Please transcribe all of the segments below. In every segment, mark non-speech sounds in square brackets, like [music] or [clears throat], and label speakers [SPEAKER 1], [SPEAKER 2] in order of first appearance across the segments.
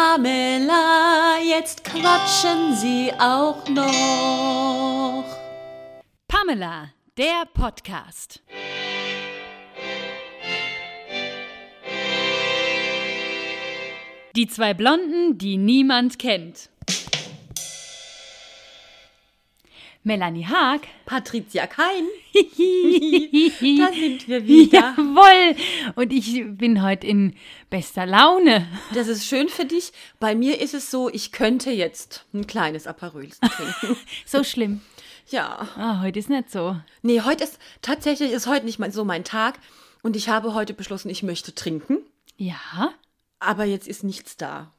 [SPEAKER 1] Pamela, jetzt quatschen Sie auch noch.
[SPEAKER 2] Pamela, der Podcast. Die zwei Blonden, die niemand kennt. Melanie Haag.
[SPEAKER 1] Patricia Kein, [laughs] da
[SPEAKER 2] da
[SPEAKER 1] sind wir wieder.
[SPEAKER 2] [laughs] Jawohl. Und ich bin heute in bester Laune.
[SPEAKER 1] Das ist schön für dich. Bei mir ist es so, ich könnte jetzt ein kleines Aperol
[SPEAKER 2] [laughs]
[SPEAKER 1] trinken.
[SPEAKER 2] So schlimm.
[SPEAKER 1] ja.
[SPEAKER 2] Ah, heute ist nicht so.
[SPEAKER 1] Nee, heute ist, tatsächlich ist heute nicht mein, so mein Tag. Und ich habe heute beschlossen, ich möchte trinken.
[SPEAKER 2] Ja.
[SPEAKER 1] Aber jetzt ist nichts da.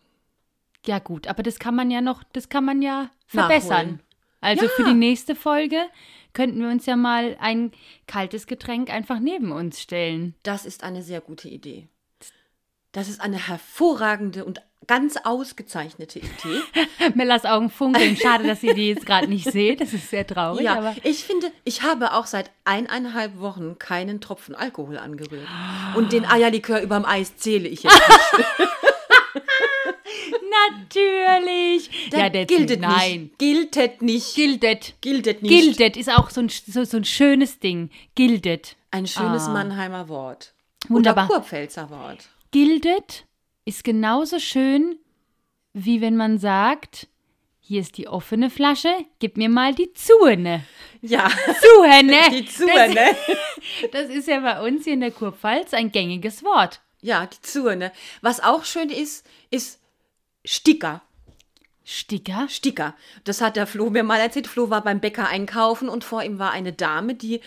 [SPEAKER 2] Ja, gut, aber das kann man ja noch, das kann man ja verbessern.
[SPEAKER 1] Nachholen.
[SPEAKER 2] Also
[SPEAKER 1] Ja.
[SPEAKER 2] für die nächste Folge könnten wir uns ja mal ein kaltes Getränk einfach neben uns stellen. [laughs]
[SPEAKER 1] Das ist eine sehr gute Idee. Das ist eine hervorragende und ganz ausgezeichnete Idee.
[SPEAKER 2] Mellas Augen funkeln. Schade, dass ihr die jetzt gerade nicht seht. Das ist sehr traurig,
[SPEAKER 1] ja,
[SPEAKER 2] aber
[SPEAKER 1] ich finde, ich habe auch seit eineinhalb Wochen keinen Tropfen Alkohol angerührt. Und den Eierlikör überm Eis zähle ich jetzt. nicht.
[SPEAKER 2] natürlich. [laughs] ja,
[SPEAKER 1] Das
[SPEAKER 2] der
[SPEAKER 1] giltet
[SPEAKER 2] Zink, Nein.
[SPEAKER 1] nicht. Giltet nicht.
[SPEAKER 2] Gildet.
[SPEAKER 1] Giltet nicht.
[SPEAKER 2] Gildet ist auch so ein, so, so ein schönes Ding. Gildet.
[SPEAKER 1] Ein schönes Mannheimer Wort.
[SPEAKER 2] Ah. Wunderbar.
[SPEAKER 1] Oder Kurpfälzer Wort.
[SPEAKER 2] Gildet ist genauso schön, wie wenn man sagt, hier ist die offene Flasche, gib mir mal die zuene.
[SPEAKER 1] Ja,
[SPEAKER 2] [laughs] Zuhenne.
[SPEAKER 1] die Zuhenne.
[SPEAKER 2] Das, das ist ja bei uns hier in der Kurpfalz ein gängiges Wort.
[SPEAKER 1] Ja, die Zuhenne. Was auch schön ist, ist Sticker.
[SPEAKER 2] Sticker.
[SPEAKER 1] Sticker. Das hat der Flo mir mal erzählt. Flo war beim Bäcker einkaufen und vor ihm war eine Dame, die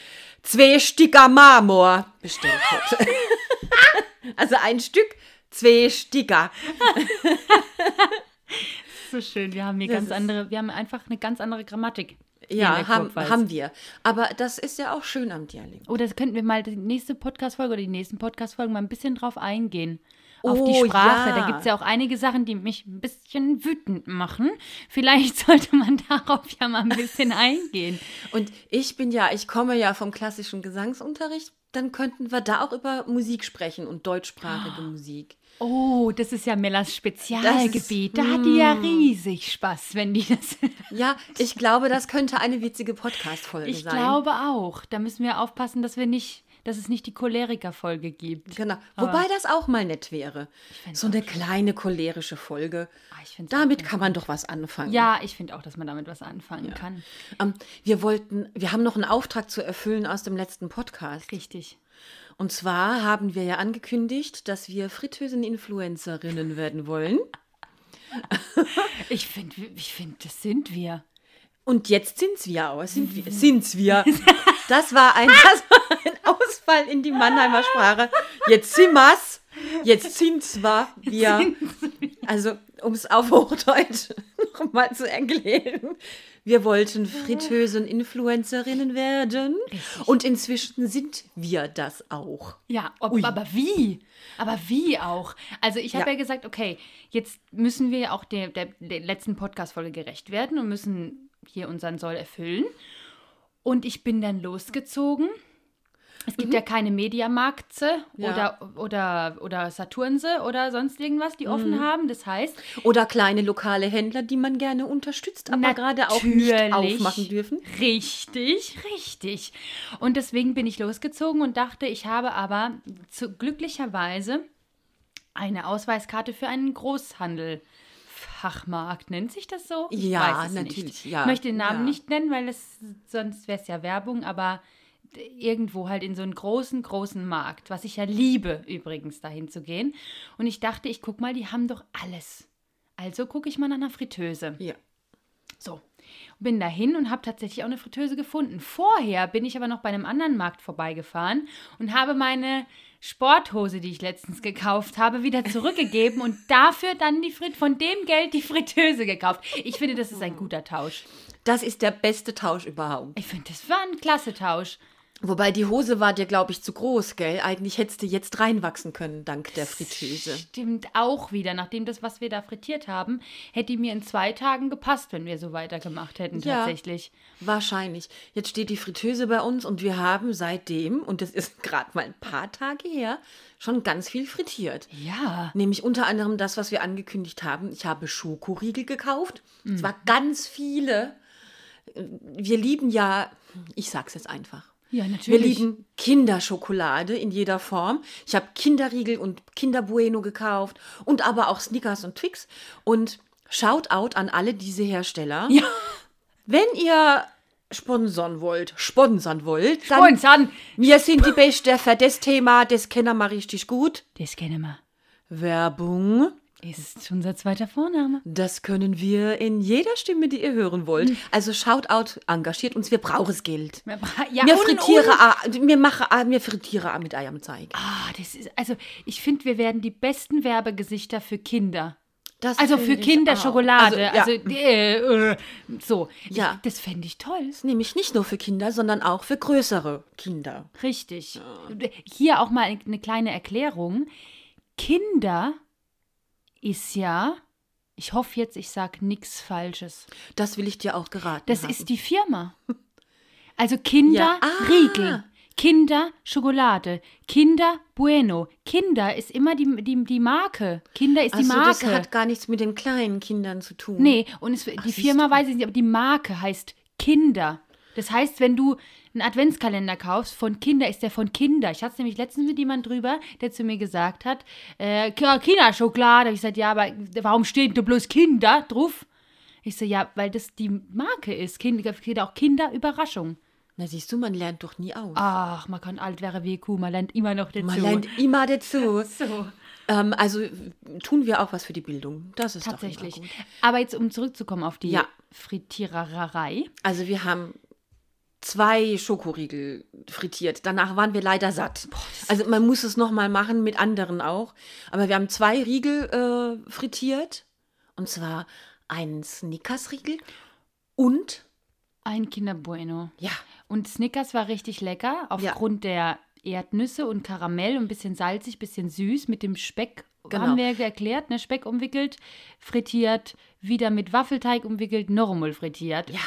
[SPEAKER 1] zwei Sticker Marmor bestellt hat. [laughs] also ein Stück, zwei Sticker.
[SPEAKER 2] So schön. Wir haben hier
[SPEAKER 1] Das
[SPEAKER 2] ganz
[SPEAKER 1] ist-
[SPEAKER 2] andere, wir haben einfach eine ganz andere Grammatik. hier in
[SPEAKER 1] Ja,
[SPEAKER 2] der
[SPEAKER 1] haben,
[SPEAKER 2] Kurpfalz.
[SPEAKER 1] haben wir. Aber das ist ja auch schön am Dialekt.
[SPEAKER 2] Oder das könnten wir mal die nächste Podcast-Folge oder die nächsten Podcast-Folgen mal ein bisschen drauf eingehen. Auf
[SPEAKER 1] Oh,
[SPEAKER 2] die Sprache.
[SPEAKER 1] ja.
[SPEAKER 2] Da gibt es ja auch einige Sachen, die mich ein bisschen wütend machen. Vielleicht [laughs] sollte man darauf ja mal ein [laughs] bisschen eingehen.
[SPEAKER 1] Und ich bin ja, ich komme ja vom klassischen Gesangsunterricht. Dann könnten wir da auch über Musik sprechen und deutschsprachige Musik.
[SPEAKER 2] Oh, das ist hm. ja Mellas
[SPEAKER 1] Das ist-
[SPEAKER 2] Spezialgebiet. Da hat die ja riesig Spaß, wenn die das. [laughs]
[SPEAKER 1] Ja, ich glaube, das könnte eine witzige Podcast-Folge sein.
[SPEAKER 2] Ich glaube auch. Da müssen wir aufpassen, dass wir nicht, dass es nicht die Choleriker-Folge gibt.
[SPEAKER 1] Genau.
[SPEAKER 2] Aber-
[SPEAKER 1] Wobei das auch mal nett wäre.
[SPEAKER 2] fänd's
[SPEAKER 1] So eine kleine cholerische Folge.
[SPEAKER 2] Ah, ich find's
[SPEAKER 1] Damit
[SPEAKER 2] auch-
[SPEAKER 1] kann man doch was anfangen.
[SPEAKER 2] Ja, ich finde auch, dass man damit was anfangen kann.
[SPEAKER 1] Ähm, wir wollten, wir haben noch einen Auftrag zu erfüllen aus dem letzten Podcast.
[SPEAKER 2] Richtig.
[SPEAKER 1] Und zwar haben wir ja angekündigt, dass wir Fritösen-Influencerinnen werden wollen.
[SPEAKER 2] Ich finde, ich find, das sind wir.
[SPEAKER 1] Und jetzt sind's wir aus. Sind wir, sind's [laughs] wir. Das war, ein, das war ein Ausfall in die Mannheimer Sprache. Jetzt sind wir's. Jetzt sind's wir. wir. Also, um es auf Hochdeutsch [laughs] nochmal zu erklären. Wir wollten fritösen Influencerinnen werden. Und inzwischen sind wir das auch.
[SPEAKER 2] Ja, ob,
[SPEAKER 1] Ui.
[SPEAKER 2] aber wie? Aber wie auch? Also ich habe
[SPEAKER 1] Ja.
[SPEAKER 2] ja. gesagt, okay, jetzt müssen wir auch der, der, der letzten Podcast-Folge gerecht werden und müssen hier unseren Soll erfüllen. Und ich bin dann losgezogen. Es gibt ja keine Mediamarktse
[SPEAKER 1] Mhm. Ja.
[SPEAKER 2] oder, oder, oder Saturnse oder sonst irgendwas, die
[SPEAKER 1] Mhm.
[SPEAKER 2] offen haben. Das heißt,
[SPEAKER 1] Oder kleine lokale Händler, die man gerne unterstützt, aber gerade auch nicht
[SPEAKER 2] Natürlich.
[SPEAKER 1] aufmachen dürfen.
[SPEAKER 2] Richtig, richtig. Und deswegen bin ich losgezogen und dachte, ich habe aber zu, glücklicherweise eine Ausweiskarte für einen Großhandel. Fachmarkt, nennt sich das so? Ich
[SPEAKER 1] Ja,
[SPEAKER 2] weiß es
[SPEAKER 1] natürlich,
[SPEAKER 2] Nicht.
[SPEAKER 1] ja,
[SPEAKER 2] Ich möchte den Namen
[SPEAKER 1] ja.
[SPEAKER 2] nicht nennen, weil es, sonst wäre es ja Werbung, aber d- irgendwo halt in so einen großen, großen Markt, was ich ja liebe übrigens, dahin zu gehen. Und ich dachte, ich guck mal, die haben doch alles. Also gucke ich mal nach einer Fritteuse.
[SPEAKER 1] Ja.
[SPEAKER 2] So. Bin dahin und habe tatsächlich auch eine Fritteuse gefunden. Vorher bin ich aber noch bei einem anderen Markt vorbeigefahren und habe meine Sporthose, die ich letztens gekauft habe, wieder zurückgegeben und dafür dann die Frit von dem Geld die Fritteuse gekauft. Ich finde, das ist ein guter Tausch.
[SPEAKER 1] Das ist der beste Tausch überhaupt.
[SPEAKER 2] Ich finde, das war ein klasse Tausch.
[SPEAKER 1] Wobei die Hose war dir, glaube ich, zu groß, gell? Eigentlich hättest du jetzt reinwachsen können, dank der Fritteuse.
[SPEAKER 2] Stimmt auch wieder. Nachdem das, was wir da frittiert haben, hätte die mir in zwei Tagen gepasst, wenn wir so weitergemacht hätten,
[SPEAKER 1] Ja.
[SPEAKER 2] tatsächlich.
[SPEAKER 1] Wahrscheinlich. Jetzt steht die Fritteuse bei uns und wir haben seitdem, und das ist [laughs] gerade mal ein paar Tage her, schon ganz viel frittiert.
[SPEAKER 2] Ja.
[SPEAKER 1] Nämlich unter anderem das, was wir angekündigt haben. Ich habe Schokoriegel gekauft. Es
[SPEAKER 2] Hm.
[SPEAKER 1] war ganz viele. Wir lieben ja, ich sag's jetzt einfach.
[SPEAKER 2] Ja,
[SPEAKER 1] Wir
[SPEAKER 2] natürlich.
[SPEAKER 1] lieben Kinderschokolade in jeder Form. Ich habe Kinderriegel und Kinderbueno gekauft und aber auch Snickers und Twix. Und Shoutout an alle diese Hersteller.
[SPEAKER 2] Ja.
[SPEAKER 1] Wenn ihr sponsern wollt, sponsern wollt, dann
[SPEAKER 2] Und dann,
[SPEAKER 1] wir sind die Beste für das Thema, das kennen wir richtig gut.
[SPEAKER 2] das kennen wir.
[SPEAKER 1] Werbung,
[SPEAKER 2] Ist unser zweiter Vorname.
[SPEAKER 1] das können wir in jeder Stimme, die ihr hören
[SPEAKER 2] Mhm.
[SPEAKER 1] wollt. Also Shoutout, engagiert uns, wir brauchen das Geld. ah,
[SPEAKER 2] Ja, [laughs] ja
[SPEAKER 1] Mir
[SPEAKER 2] und-
[SPEAKER 1] frittiere,
[SPEAKER 2] und-
[SPEAKER 1] a- mir mache, a- mir frittiere a mit Eiern zeig.
[SPEAKER 2] Ah, das ist, also ich finde, wir werden die besten Werbegesichter für Kinder.
[SPEAKER 1] Das
[SPEAKER 2] Also für
[SPEAKER 1] finde ich
[SPEAKER 2] Kinder
[SPEAKER 1] auch.
[SPEAKER 2] Schokolade.
[SPEAKER 1] Also, ja.
[SPEAKER 2] Also, äh, äh, so.
[SPEAKER 1] Ja.
[SPEAKER 2] Ich, das fände ich toll.
[SPEAKER 1] Nämlich nicht nur für Kinder, sondern auch für größere Kinder.
[SPEAKER 2] Richtig. Hier auch mal eine kleine Erklärung. Kinder ist ja, ich hoffe jetzt, ich sage nichts Falsches.
[SPEAKER 1] Das will ich dir auch geraten.
[SPEAKER 2] Das
[SPEAKER 1] haben.
[SPEAKER 2] ist die Firma. Also Kinder
[SPEAKER 1] Ja. Ah.
[SPEAKER 2] Riegel, Kinder Schokolade, Kinder Bueno. Kinder ist immer die, die, die Marke. Kinder ist die
[SPEAKER 1] also, das
[SPEAKER 2] Marke.
[SPEAKER 1] hat gar nichts mit den kleinen Kindern zu tun.
[SPEAKER 2] Nee, und es, die
[SPEAKER 1] siehst
[SPEAKER 2] Firma weiß ich nicht, aber die Marke heißt Kinder. Das heißt, wenn du einen Adventskalender kaufst von Kinder, ist der von Kinder. Ich hatte es nämlich letztens mit jemand drüber, der zu mir gesagt hat, äh, K- Kinderschokolade. Ich sagte, ja, aber warum steht da bloß Kinder drauf? Ich so, ja, weil das die Marke ist. Kinder, Kinder- auch Kinderüberraschung.
[SPEAKER 1] Na siehst du, man lernt doch nie aus.
[SPEAKER 2] Ach, man kann alt wäre wie Kuh, man lernt immer noch dazu.
[SPEAKER 1] man lernt immer dazu.
[SPEAKER 2] [laughs] so.
[SPEAKER 1] Ähm, also tun wir auch was für die Bildung. Das ist Doch
[SPEAKER 2] Tatsächlich.
[SPEAKER 1] immer gut.
[SPEAKER 2] Aber jetzt, um zurückzukommen auf die
[SPEAKER 1] Ja.
[SPEAKER 2] Frittiererei.
[SPEAKER 1] Also wir haben zwei Schokoriegel frittiert. Danach waren wir leider satt. also man muss es nochmal machen, mit anderen auch. Aber wir haben zwei Riegel äh, frittiert. Und zwar einen Snickers-Riegel und,
[SPEAKER 2] Ein Kinder Bueno.
[SPEAKER 1] ja,
[SPEAKER 2] Und Snickers war richtig lecker aufgrund der Erdnüsse und Karamell und ein bisschen salzig, bisschen süß mit dem Speck.
[SPEAKER 1] Genau.
[SPEAKER 2] Haben wir ja erklärt, ne? Speck umwickelt, frittiert, wieder mit Waffelteig umwickelt, normal frittiert.
[SPEAKER 1] Ja.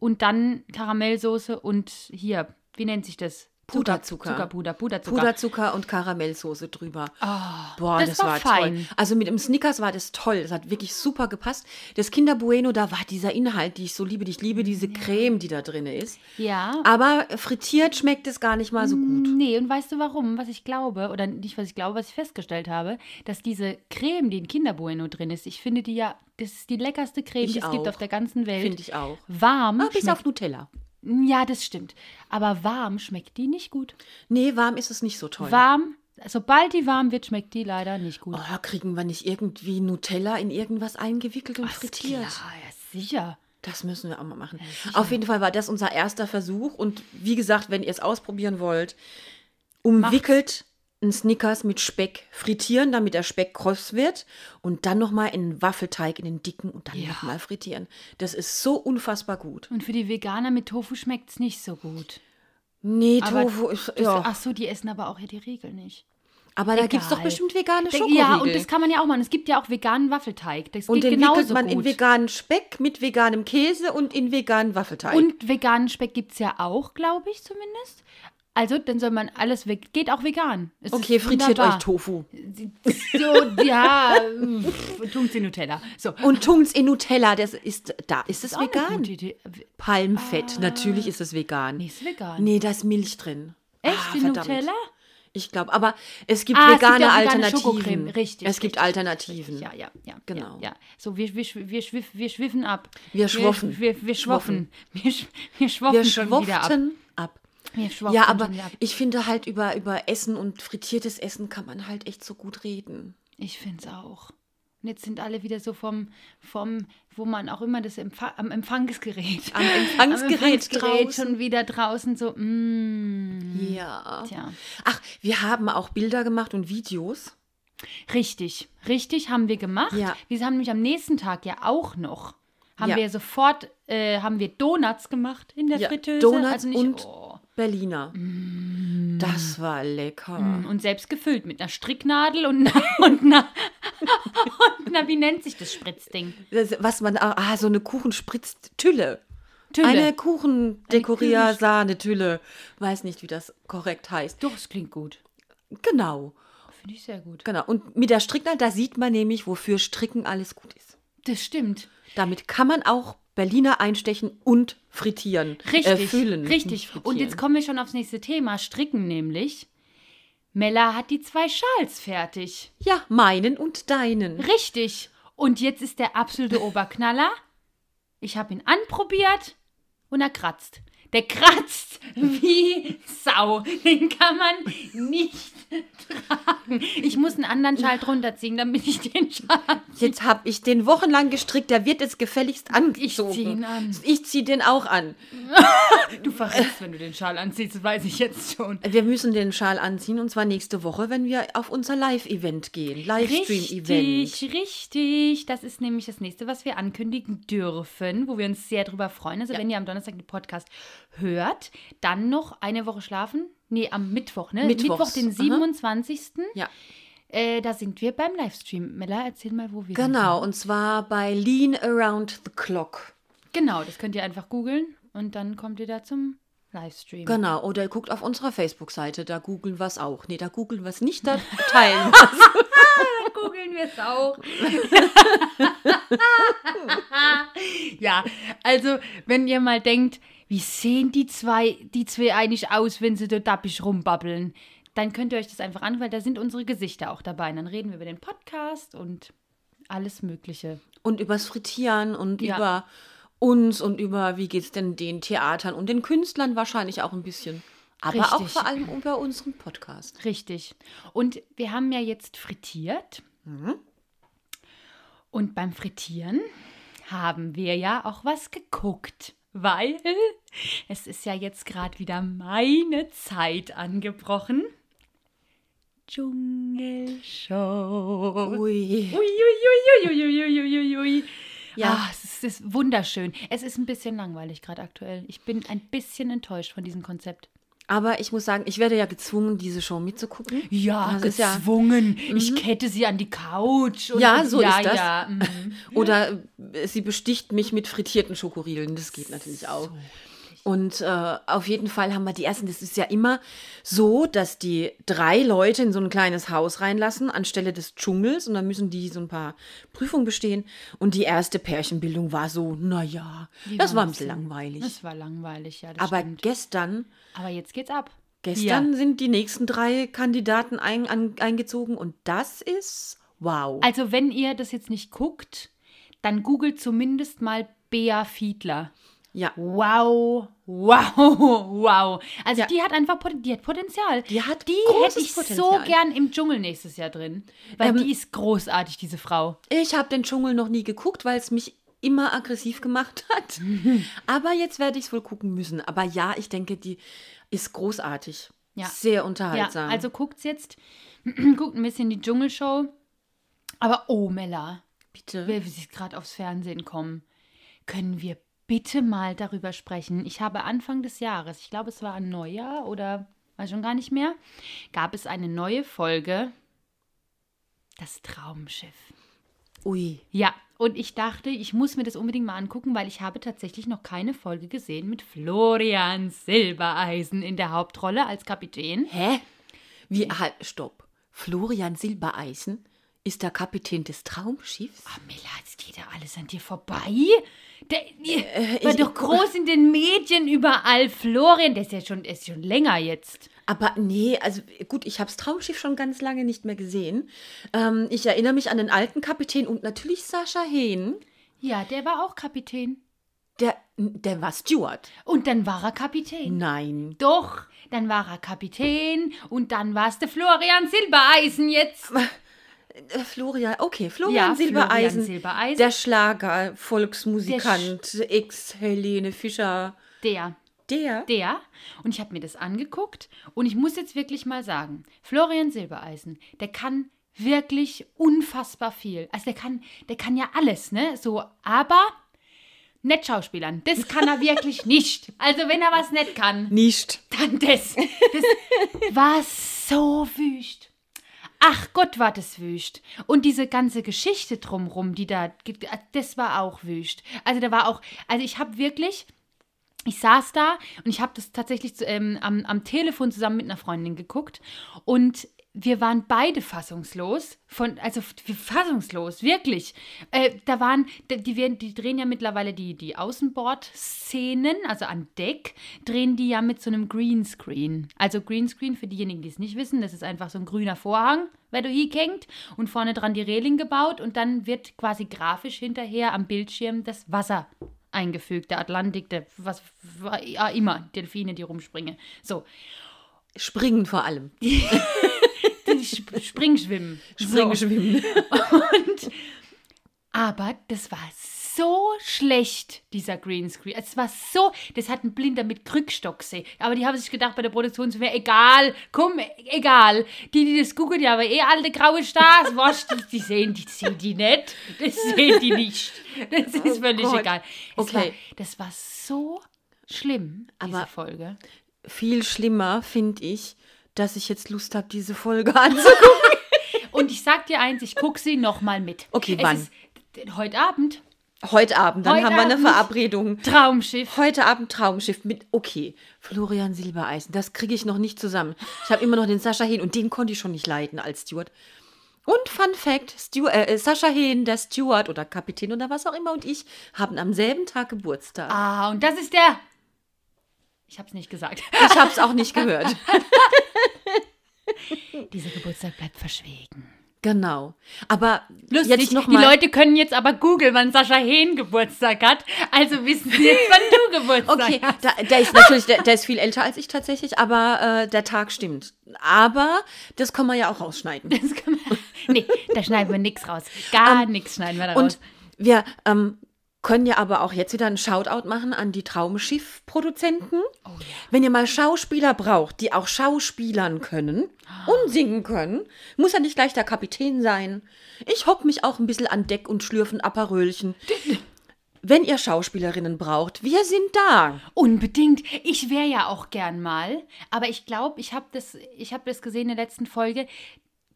[SPEAKER 2] Und dann Karamellsoße und hier, wie nennt sich das?
[SPEAKER 1] Puderzucker.
[SPEAKER 2] Zuckerpuder, Puderzucker.
[SPEAKER 1] Puderzucker und Karamellsoße drüber.
[SPEAKER 2] Ah,
[SPEAKER 1] Boah, das, war, toll.
[SPEAKER 2] fein.
[SPEAKER 1] Also mit dem Snickers war das toll. Das hat wirklich super gepasst. Das Kinder Bueno, da war dieser Inhalt, die ich so liebe. Ich liebe diese Creme, die da drin ist.
[SPEAKER 2] Ja.
[SPEAKER 1] Aber frittiert schmeckt es gar nicht mal so Ah, gut.
[SPEAKER 2] Nee, und weißt du warum? Was ich glaube, oder nicht, was ich glaube, was ich festgestellt habe, dass diese Creme, die in Kinderbueno drin ist, ich finde die ja, das ist die leckerste Creme,
[SPEAKER 1] Ich
[SPEAKER 2] die es gibt
[SPEAKER 1] auch.
[SPEAKER 2] auf der ganzen Welt.
[SPEAKER 1] Finde ich auch.
[SPEAKER 2] Warm.
[SPEAKER 1] Ah, bis
[SPEAKER 2] schmeckt-
[SPEAKER 1] auf Nutella.
[SPEAKER 2] ja, das stimmt. Aber warm schmeckt die nicht gut.
[SPEAKER 1] Nee, warm ist es nicht so toll.
[SPEAKER 2] Warm, sobald die warm wird, schmeckt die leider nicht gut.
[SPEAKER 1] Oh, kriegen wir nicht irgendwie Nutella in irgendwas eingewickelt und
[SPEAKER 2] Ach,
[SPEAKER 1] frittiert?
[SPEAKER 2] Klar, ja, sicher.
[SPEAKER 1] Das müssen wir auch mal machen. Auf jeden Fall war das unser erster Versuch. Und wie gesagt, wenn ihr es ausprobieren wollt, umwickelt einen Snickers mit Speck frittieren, damit der Speck kross wird. Und dann nochmal in einen Waffelteig, in den dicken und dann
[SPEAKER 2] Ja.
[SPEAKER 1] nochmal frittieren. Das ist so unfassbar gut.
[SPEAKER 2] Und für die Veganer mit Tofu schmeckt es nicht so gut.
[SPEAKER 1] Nee,
[SPEAKER 2] Aber
[SPEAKER 1] Tofu ist.
[SPEAKER 2] Das-
[SPEAKER 1] Ja.
[SPEAKER 2] Ach so, die essen aber auch ja die Regel nicht.
[SPEAKER 1] Aber da gibt es doch
[SPEAKER 2] egal.
[SPEAKER 1] bestimmt vegane Schokoriegel.
[SPEAKER 2] Ja, und das kann man ja auch machen. Es gibt ja auch veganen Waffelteig. Das
[SPEAKER 1] Und
[SPEAKER 2] geht
[SPEAKER 1] den
[SPEAKER 2] genauso
[SPEAKER 1] wickelt man
[SPEAKER 2] gut.
[SPEAKER 1] in veganen Speck mit veganem Käse und in veganen Waffelteig.
[SPEAKER 2] Und veganen Speck gibt es ja auch, glaube ich zumindest. Also, dann soll man alles weg. Geht auch vegan. Es
[SPEAKER 1] okay,
[SPEAKER 2] ist
[SPEAKER 1] frittiert
[SPEAKER 2] wunderbar.
[SPEAKER 1] euch Tofu.
[SPEAKER 2] [laughs] So, ja, pff, tun's in Nutella. So.
[SPEAKER 1] Und tun's in Nutella, das ist, da ist es
[SPEAKER 2] Auch eine gute
[SPEAKER 1] vegan.
[SPEAKER 2] Idee. Ah.
[SPEAKER 1] Palmfett, natürlich ist es vegan.
[SPEAKER 2] Nee, ist vegan.
[SPEAKER 1] Nee, da ist Milch drin.
[SPEAKER 2] Echt?
[SPEAKER 1] Ah,
[SPEAKER 2] in
[SPEAKER 1] verdammt.
[SPEAKER 2] Nutella?
[SPEAKER 1] Ich glaube, aber es gibt
[SPEAKER 2] Ah, es
[SPEAKER 1] vegane
[SPEAKER 2] gibt ja auch vegane
[SPEAKER 1] Alternativen.
[SPEAKER 2] Schokocreme. Richtig.
[SPEAKER 1] Es gibt
[SPEAKER 2] richtig,
[SPEAKER 1] Alternativen.
[SPEAKER 2] richtig. Ja, ja, ja.
[SPEAKER 1] Genau.
[SPEAKER 2] Ja, ja. So, wir, wir, wir, schwiff, wir schwiffen ab.
[SPEAKER 1] Wir schwoffen.
[SPEAKER 2] Wir, wir, wir schwoffen. Wir, sch- wir schwoffen
[SPEAKER 1] Wir
[SPEAKER 2] schon wieder ab.
[SPEAKER 1] schwoften ab.
[SPEAKER 2] Wir schwoffen
[SPEAKER 1] Ja, aber
[SPEAKER 2] schon wieder ab.
[SPEAKER 1] ich finde halt über, über Essen und frittiertes Essen kann man halt echt so gut reden.
[SPEAKER 2] Ich finde es auch. Und jetzt sind alle wieder so vom, vom wo man auch immer das Empfa am Empfangsgerät.
[SPEAKER 1] Am
[SPEAKER 2] [laughs]
[SPEAKER 1] Empfangsgerät draußen.
[SPEAKER 2] schon wieder draußen so, mm,
[SPEAKER 1] Ja.
[SPEAKER 2] tja.
[SPEAKER 1] Ach, wir haben auch Bilder gemacht und Videos.
[SPEAKER 2] Richtig, richtig haben wir gemacht.
[SPEAKER 1] Ja.
[SPEAKER 2] Wir haben nämlich am nächsten Tag ja auch noch, haben
[SPEAKER 1] Ja.
[SPEAKER 2] wir sofort, äh, haben wir Donuts gemacht in der
[SPEAKER 1] Ja,
[SPEAKER 2] Fritteuse.
[SPEAKER 1] Donuts
[SPEAKER 2] also nicht,
[SPEAKER 1] und-
[SPEAKER 2] oh, Mm.
[SPEAKER 1] Berliner. Das war lecker.
[SPEAKER 2] hm, Und selbst gefüllt mit einer Stricknadel und einer, [laughs] und einer, und einer wie nennt sich das Spritzding?
[SPEAKER 1] Das, was man, ah, so eine Kuchenspritztülle.
[SPEAKER 2] Tülle.
[SPEAKER 1] Eine Kuchendekoriersahne-Tülle. Weiß nicht, wie das korrekt heißt.
[SPEAKER 2] Doch, es klingt gut. Oh,
[SPEAKER 1] Genau,
[SPEAKER 2] Finde ich sehr gut.
[SPEAKER 1] genau. Und mit der Stricknadel, da sieht man nämlich, wofür Stricken alles gut ist.
[SPEAKER 2] Das stimmt.
[SPEAKER 1] Damit kann man auch Berliner einstechen und frittieren.
[SPEAKER 2] Richtig.
[SPEAKER 1] Äh, füllen.
[SPEAKER 2] Richtig.
[SPEAKER 1] Frittieren.
[SPEAKER 2] Und jetzt kommen wir schon aufs nächste Thema, Stricken nämlich. Mella hat die zwei Schals fertig.
[SPEAKER 1] Ja, meinen und
[SPEAKER 2] Hm?
[SPEAKER 1] deinen.
[SPEAKER 2] Richtig. Und jetzt ist der absolute Oberknaller. Ich habe ihn anprobiert und er kratzt. Der kratzt wie Sau. Den kann man nicht tragen. Ich muss einen anderen Schal drunter ziehen, damit ich den Schal.
[SPEAKER 1] Jetzt habe ich den wochenlang gestrickt, der wird jetzt gefälligst angezogen.
[SPEAKER 2] Ich zieh ihn an.
[SPEAKER 1] Ich zieh den auch an.
[SPEAKER 2] Du verrätst, wenn du den Schal anziehst, das weiß ich jetzt schon.
[SPEAKER 1] Wir müssen den Schal anziehen und zwar nächste Woche, wenn wir auf unser Live-Event gehen. Livestream-Event.
[SPEAKER 2] Richtig, richtig. Das ist nämlich das nächste, was wir ankündigen dürfen, wo wir uns sehr drüber freuen. Also, wenn ihr am Donnerstag den Podcast hört, dann noch eine Woche schlafen. Nee, am Mittwoch, ne? Mittwoch,
[SPEAKER 1] Mittwochs,
[SPEAKER 2] den
[SPEAKER 1] aha.
[SPEAKER 2] 27.
[SPEAKER 1] Ja,
[SPEAKER 2] Äh, da sind wir beim Livestream. Mella, erzähl mal, wo wir
[SPEAKER 1] genau. Und zwar bei Lean Around the Clock.
[SPEAKER 2] sind. Genau, das könnt ihr einfach googeln und dann kommt ihr da zum Livestream.
[SPEAKER 1] Genau. Oder ihr guckt auf unserer Facebook-Seite, da googeln wir es auch. Nee, da googeln wir es nicht,
[SPEAKER 2] [laughs]
[SPEAKER 1] da teilen wir es.
[SPEAKER 2] googeln wir es auch. [laughs] ja, also wenn ihr mal denkt, wie sehen die zwei, die zwei eigentlich aus, wenn sie dort dappisch rumbabbeln, dann könnt ihr euch das einfach an, weil da sind unsere Gesichter auch dabei. Und dann reden wir über den Podcast und alles Mögliche.
[SPEAKER 1] Und übers Frittieren und
[SPEAKER 2] Ja.
[SPEAKER 1] über uns und über, wie geht's denn den Theatern und den Künstlern wahrscheinlich auch ein bisschen. Aber auch
[SPEAKER 2] Richtig.
[SPEAKER 1] vor allem über unseren Podcast.
[SPEAKER 2] Richtig. Und wir haben ja jetzt frittiert. Und beim Frittieren haben wir ja auch was geguckt, weil [laughs] es ist ja jetzt gerade wieder meine Zeit angebrochen. Dschungelshow.
[SPEAKER 1] Ui.
[SPEAKER 2] Ui, ui, ui, ui, ui, ui, ui, ui, ui.
[SPEAKER 1] Ja.
[SPEAKER 2] Ah, es ist, es ist wunderschön. Es ist ein bisschen langweilig gerade aktuell. Ich bin ein bisschen enttäuscht von diesem Konzept.
[SPEAKER 1] Aber ich muss sagen, ich werde ja gezwungen, diese Show mitzugucken.
[SPEAKER 2] Ja,
[SPEAKER 1] Das ist ja- Mhm.
[SPEAKER 2] gezwungen. Ich kette sie an die Couch. Und,
[SPEAKER 1] Ja, so
[SPEAKER 2] ja,
[SPEAKER 1] ist das.
[SPEAKER 2] Ja, mhm.
[SPEAKER 1] Oder äh, sie besticht mich mit frittierten Schokoriegeln. Das geht natürlich auch. Und äh, auf jeden Fall haben wir die ersten. Das ist ja immer so, dass die drei Leute in so ein kleines Haus reinlassen, anstelle des Dschungels. Und dann müssen die so ein paar Prüfungen bestehen. Und die erste Pärchenbildung war so, naja,
[SPEAKER 2] Die
[SPEAKER 1] das war ein bisschen
[SPEAKER 2] bisschen-
[SPEAKER 1] langweilig.
[SPEAKER 2] Das war langweilig, ja. Das
[SPEAKER 1] Aber
[SPEAKER 2] stimmt.
[SPEAKER 1] gestern,
[SPEAKER 2] Aber jetzt geht's ab.
[SPEAKER 1] gestern
[SPEAKER 2] Ja.
[SPEAKER 1] sind die nächsten drei Kandidaten ein, an, eingezogen. Und das ist wow.
[SPEAKER 2] Also, wenn ihr das jetzt nicht guckt, dann googelt zumindest mal Bea Fiedler.
[SPEAKER 1] Ja.
[SPEAKER 2] Wow, wow, [laughs] wow. Also,
[SPEAKER 1] Ja.
[SPEAKER 2] die hat einfach Poten die hat Potenzial.
[SPEAKER 1] Die hat
[SPEAKER 2] die
[SPEAKER 1] großes
[SPEAKER 2] hätte ich so
[SPEAKER 1] Potenzial.
[SPEAKER 2] gern im Dschungel nächstes Jahr drin. Weil
[SPEAKER 1] Ähm,
[SPEAKER 2] die ist großartig, diese Frau.
[SPEAKER 1] Ich habe den Dschungel noch nie geguckt, weil es mich immer aggressiv gemacht
[SPEAKER 2] [laughs]
[SPEAKER 1] hat. Aber jetzt werde ich es wohl gucken müssen. Aber ja, ich denke, die ist großartig.
[SPEAKER 2] Ja.
[SPEAKER 1] Sehr
[SPEAKER 2] Ja,
[SPEAKER 1] unterhaltsam.
[SPEAKER 2] also guckt's jetzt. [clears throat] guckt ein bisschen die Dschungelshow. Aber oh, Mella,
[SPEAKER 1] bitte.
[SPEAKER 2] wir sie gerade aufs Fernsehen kommen. Können wir bitte mal darüber sprechen? Ich habe Anfang des Jahres, ich glaube, es war ein Neujahr oder weiß schon gar nicht mehr, gab es eine neue Folge. Das Traumschiff.
[SPEAKER 1] Ui.
[SPEAKER 2] Ja, und ich dachte, ich muss mir das unbedingt mal angucken, weil ich habe tatsächlich noch keine Folge gesehen mit Florian Silbereisen in der Hauptrolle als Kapitän.
[SPEAKER 1] Hä? Wie,
[SPEAKER 2] Hm.
[SPEAKER 1] halt, stopp. Florian Silbereisen ist der Kapitän des Traumschiffs?
[SPEAKER 2] Ah, Milla, es geht ja alles an dir vorbei. Der
[SPEAKER 1] Äh,
[SPEAKER 2] war
[SPEAKER 1] ich-
[SPEAKER 2] doch groß in den Medien überall. Florian, der ist ja schon, der ist schon länger jetzt.
[SPEAKER 1] Aber nee, also gut, ich habe das Traumschiff schon ganz lange nicht mehr gesehen. Ähm, ich erinnere mich an den alten Kapitän und natürlich Sascha Hehn.
[SPEAKER 2] Ja, der war auch Kapitän.
[SPEAKER 1] Der, der war Steward.
[SPEAKER 2] Und dann war er Kapitän.
[SPEAKER 1] Nein.
[SPEAKER 2] Doch, dann war er Kapitän und dann war es der Florian Silbereisen jetzt.
[SPEAKER 1] Äh, Florian, okay, Florian Silbereisen.
[SPEAKER 2] Florian Silbereisen.
[SPEAKER 1] Der Schlager, Volksmusikant, Ex-Helene Fischer.
[SPEAKER 2] der.
[SPEAKER 1] Der?
[SPEAKER 2] der und ich habe mir das angeguckt und ich muss jetzt wirklich mal sagen, Florian Silbereisen, der kann wirklich unfassbar viel. Also der kann, der kann ja alles, ne? So, aber nett Schauspielern. Das kann er wirklich nicht. Also wenn er was nett kann,
[SPEAKER 1] Nicht.
[SPEAKER 2] dann das. Das war so wüst. Ach Gott, war das wüst. Und diese ganze Geschichte drumrum, die da, gibt, das war auch wüst. Also da war auch, also ich habe wirklich, ich saß da und ich habe das tatsächlich zu- ähm, am, am Telefon zusammen mit einer Freundin geguckt und wir waren beide fassungslos, von, also f- fassungslos, wirklich. Äh, da waren, d- die, werden, die drehen ja mittlerweile die, die Außenbordszenen, also an Deck, drehen die ja mit so einem Greenscreen. Also Greenscreen, für diejenigen, die es nicht wissen, das ist einfach so ein grüner Vorhang, wenn du hinkängt und vorne dran die Reling gebaut und dann wird quasi grafisch hinterher am Bildschirm das Wasser eingefügt, der Atlantik, der was ja, immer, Delfine, die rumspringen. So,
[SPEAKER 1] Springen vor allem. [laughs]
[SPEAKER 2] die Sp- Springschwimmen.
[SPEAKER 1] Springen,
[SPEAKER 2] so.
[SPEAKER 1] schwimmen. [laughs]
[SPEAKER 2] Und, aber das war so schlecht, dieser Greenscreen. Es war so, das hat ein Blinder mit Krückstock gesehen. Aber die haben sich gedacht bei der Produktion, es wäre egal, komm, egal. Die, die das gucken, die haben eh alte
[SPEAKER 1] [laughs]
[SPEAKER 2] graue Stars, wasch, die, die sehen die, sehen die nicht. Das sehen die nicht. Das ist völlig
[SPEAKER 1] Oh Gott.
[SPEAKER 2] egal. Es
[SPEAKER 1] Okay.
[SPEAKER 2] War, das war so schlimm, diese
[SPEAKER 1] Aber-
[SPEAKER 2] Folge.
[SPEAKER 1] Viel schlimmer finde ich, dass ich jetzt Lust habe, diese Folge [laughs] anzugucken.
[SPEAKER 2] Und ich sag dir eins, ich gucke sie nochmal mit.
[SPEAKER 1] Okay,
[SPEAKER 2] es
[SPEAKER 1] wann?
[SPEAKER 2] Ist, d- heute Abend,
[SPEAKER 1] Heute Abend, dann
[SPEAKER 2] Heute
[SPEAKER 1] haben wir eine
[SPEAKER 2] Abend.
[SPEAKER 1] Verabredung.
[SPEAKER 2] Traumschiff.
[SPEAKER 1] Heute Abend Traumschiff mit, okay, Florian Silbereisen, das kriege ich noch nicht zusammen. Ich habe immer noch den Sascha Hehn und den konnte ich schon nicht leiden als Steward. Und Fun Fact, Stew äh, Sascha Hehn, der Steward oder Kapitän oder was auch immer und ich haben am selben Tag Geburtstag.
[SPEAKER 2] Ah, und das ist der. Ich hab's
[SPEAKER 1] [laughs]
[SPEAKER 2] nicht gesagt.
[SPEAKER 1] Ich habe es auch nicht gehört.
[SPEAKER 2] Dieser Geburtstag bleibt verschwiegen.
[SPEAKER 1] [laughs] Genau. Aber
[SPEAKER 2] Lustig,
[SPEAKER 1] jetzt noch
[SPEAKER 2] die
[SPEAKER 1] mal, [laughs]
[SPEAKER 2] Leute können jetzt aber googeln, wann Sascha Hehn Geburtstag hat. Also wissen sie jetzt, wann
[SPEAKER 1] [laughs]
[SPEAKER 2] du Geburtstag
[SPEAKER 1] Okay,
[SPEAKER 2] hast.
[SPEAKER 1] da, der ist natürlich, der, der ist viel älter als ich tatsächlich, aber äh, der Tag stimmt. Aber das kann man ja auch rausschneiden.
[SPEAKER 2] Das kann man, nee, da schneiden wir nichts raus. Gar nichts schneiden wir da raus.
[SPEAKER 1] Ähm, Und wir ähm, können ja aber auch jetzt wieder einen Shoutout machen an die Traumschiff-Produzenten. Wenn ihr mal Schauspieler braucht, die auch Schauspielern können und singen können, muss ja nicht gleich der Kapitän sein. Ich hock mich auch ein bisschen an Deck und schlürfen Aperölchen. Wenn ihr Schauspielerinnen braucht, wir sind da.
[SPEAKER 2] Unbedingt. Ich wäre ja auch gern mal, aber ich glaube, ich habe das, ich hab das gesehen in der letzten Folge.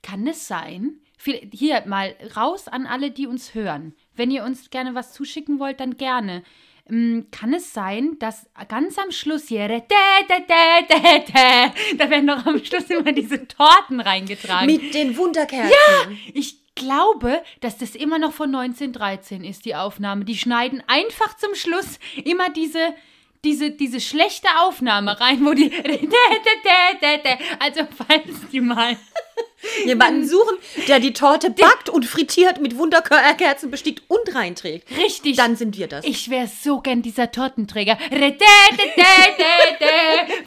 [SPEAKER 2] Kann es sein? Viel- Hier mal raus an alle, die uns hören. Wenn ihr uns gerne was zuschicken wollt, dann gerne. Ähm, Kann es sein, dass ganz am Schluss hier, da, da, da, da, da, da werden doch am Schluss immer diese Torten reingetragen.
[SPEAKER 1] Mit den Wunderkerzen.
[SPEAKER 2] Ich glaube, dass das immer noch von 1913 ist, die Aufnahme. Die schneiden einfach zum Schluss immer diese, diese, diese schlechte Aufnahme rein, wo die. [laughs] Also, falls die mal.
[SPEAKER 1] Jemanden suchen, der die Torte backt und frittiert, mit Wunderkerzen bestickt und reinträgt.
[SPEAKER 2] Richtig.
[SPEAKER 1] Dann sind wir das.
[SPEAKER 2] ich wäre so gern dieser Tortenträger.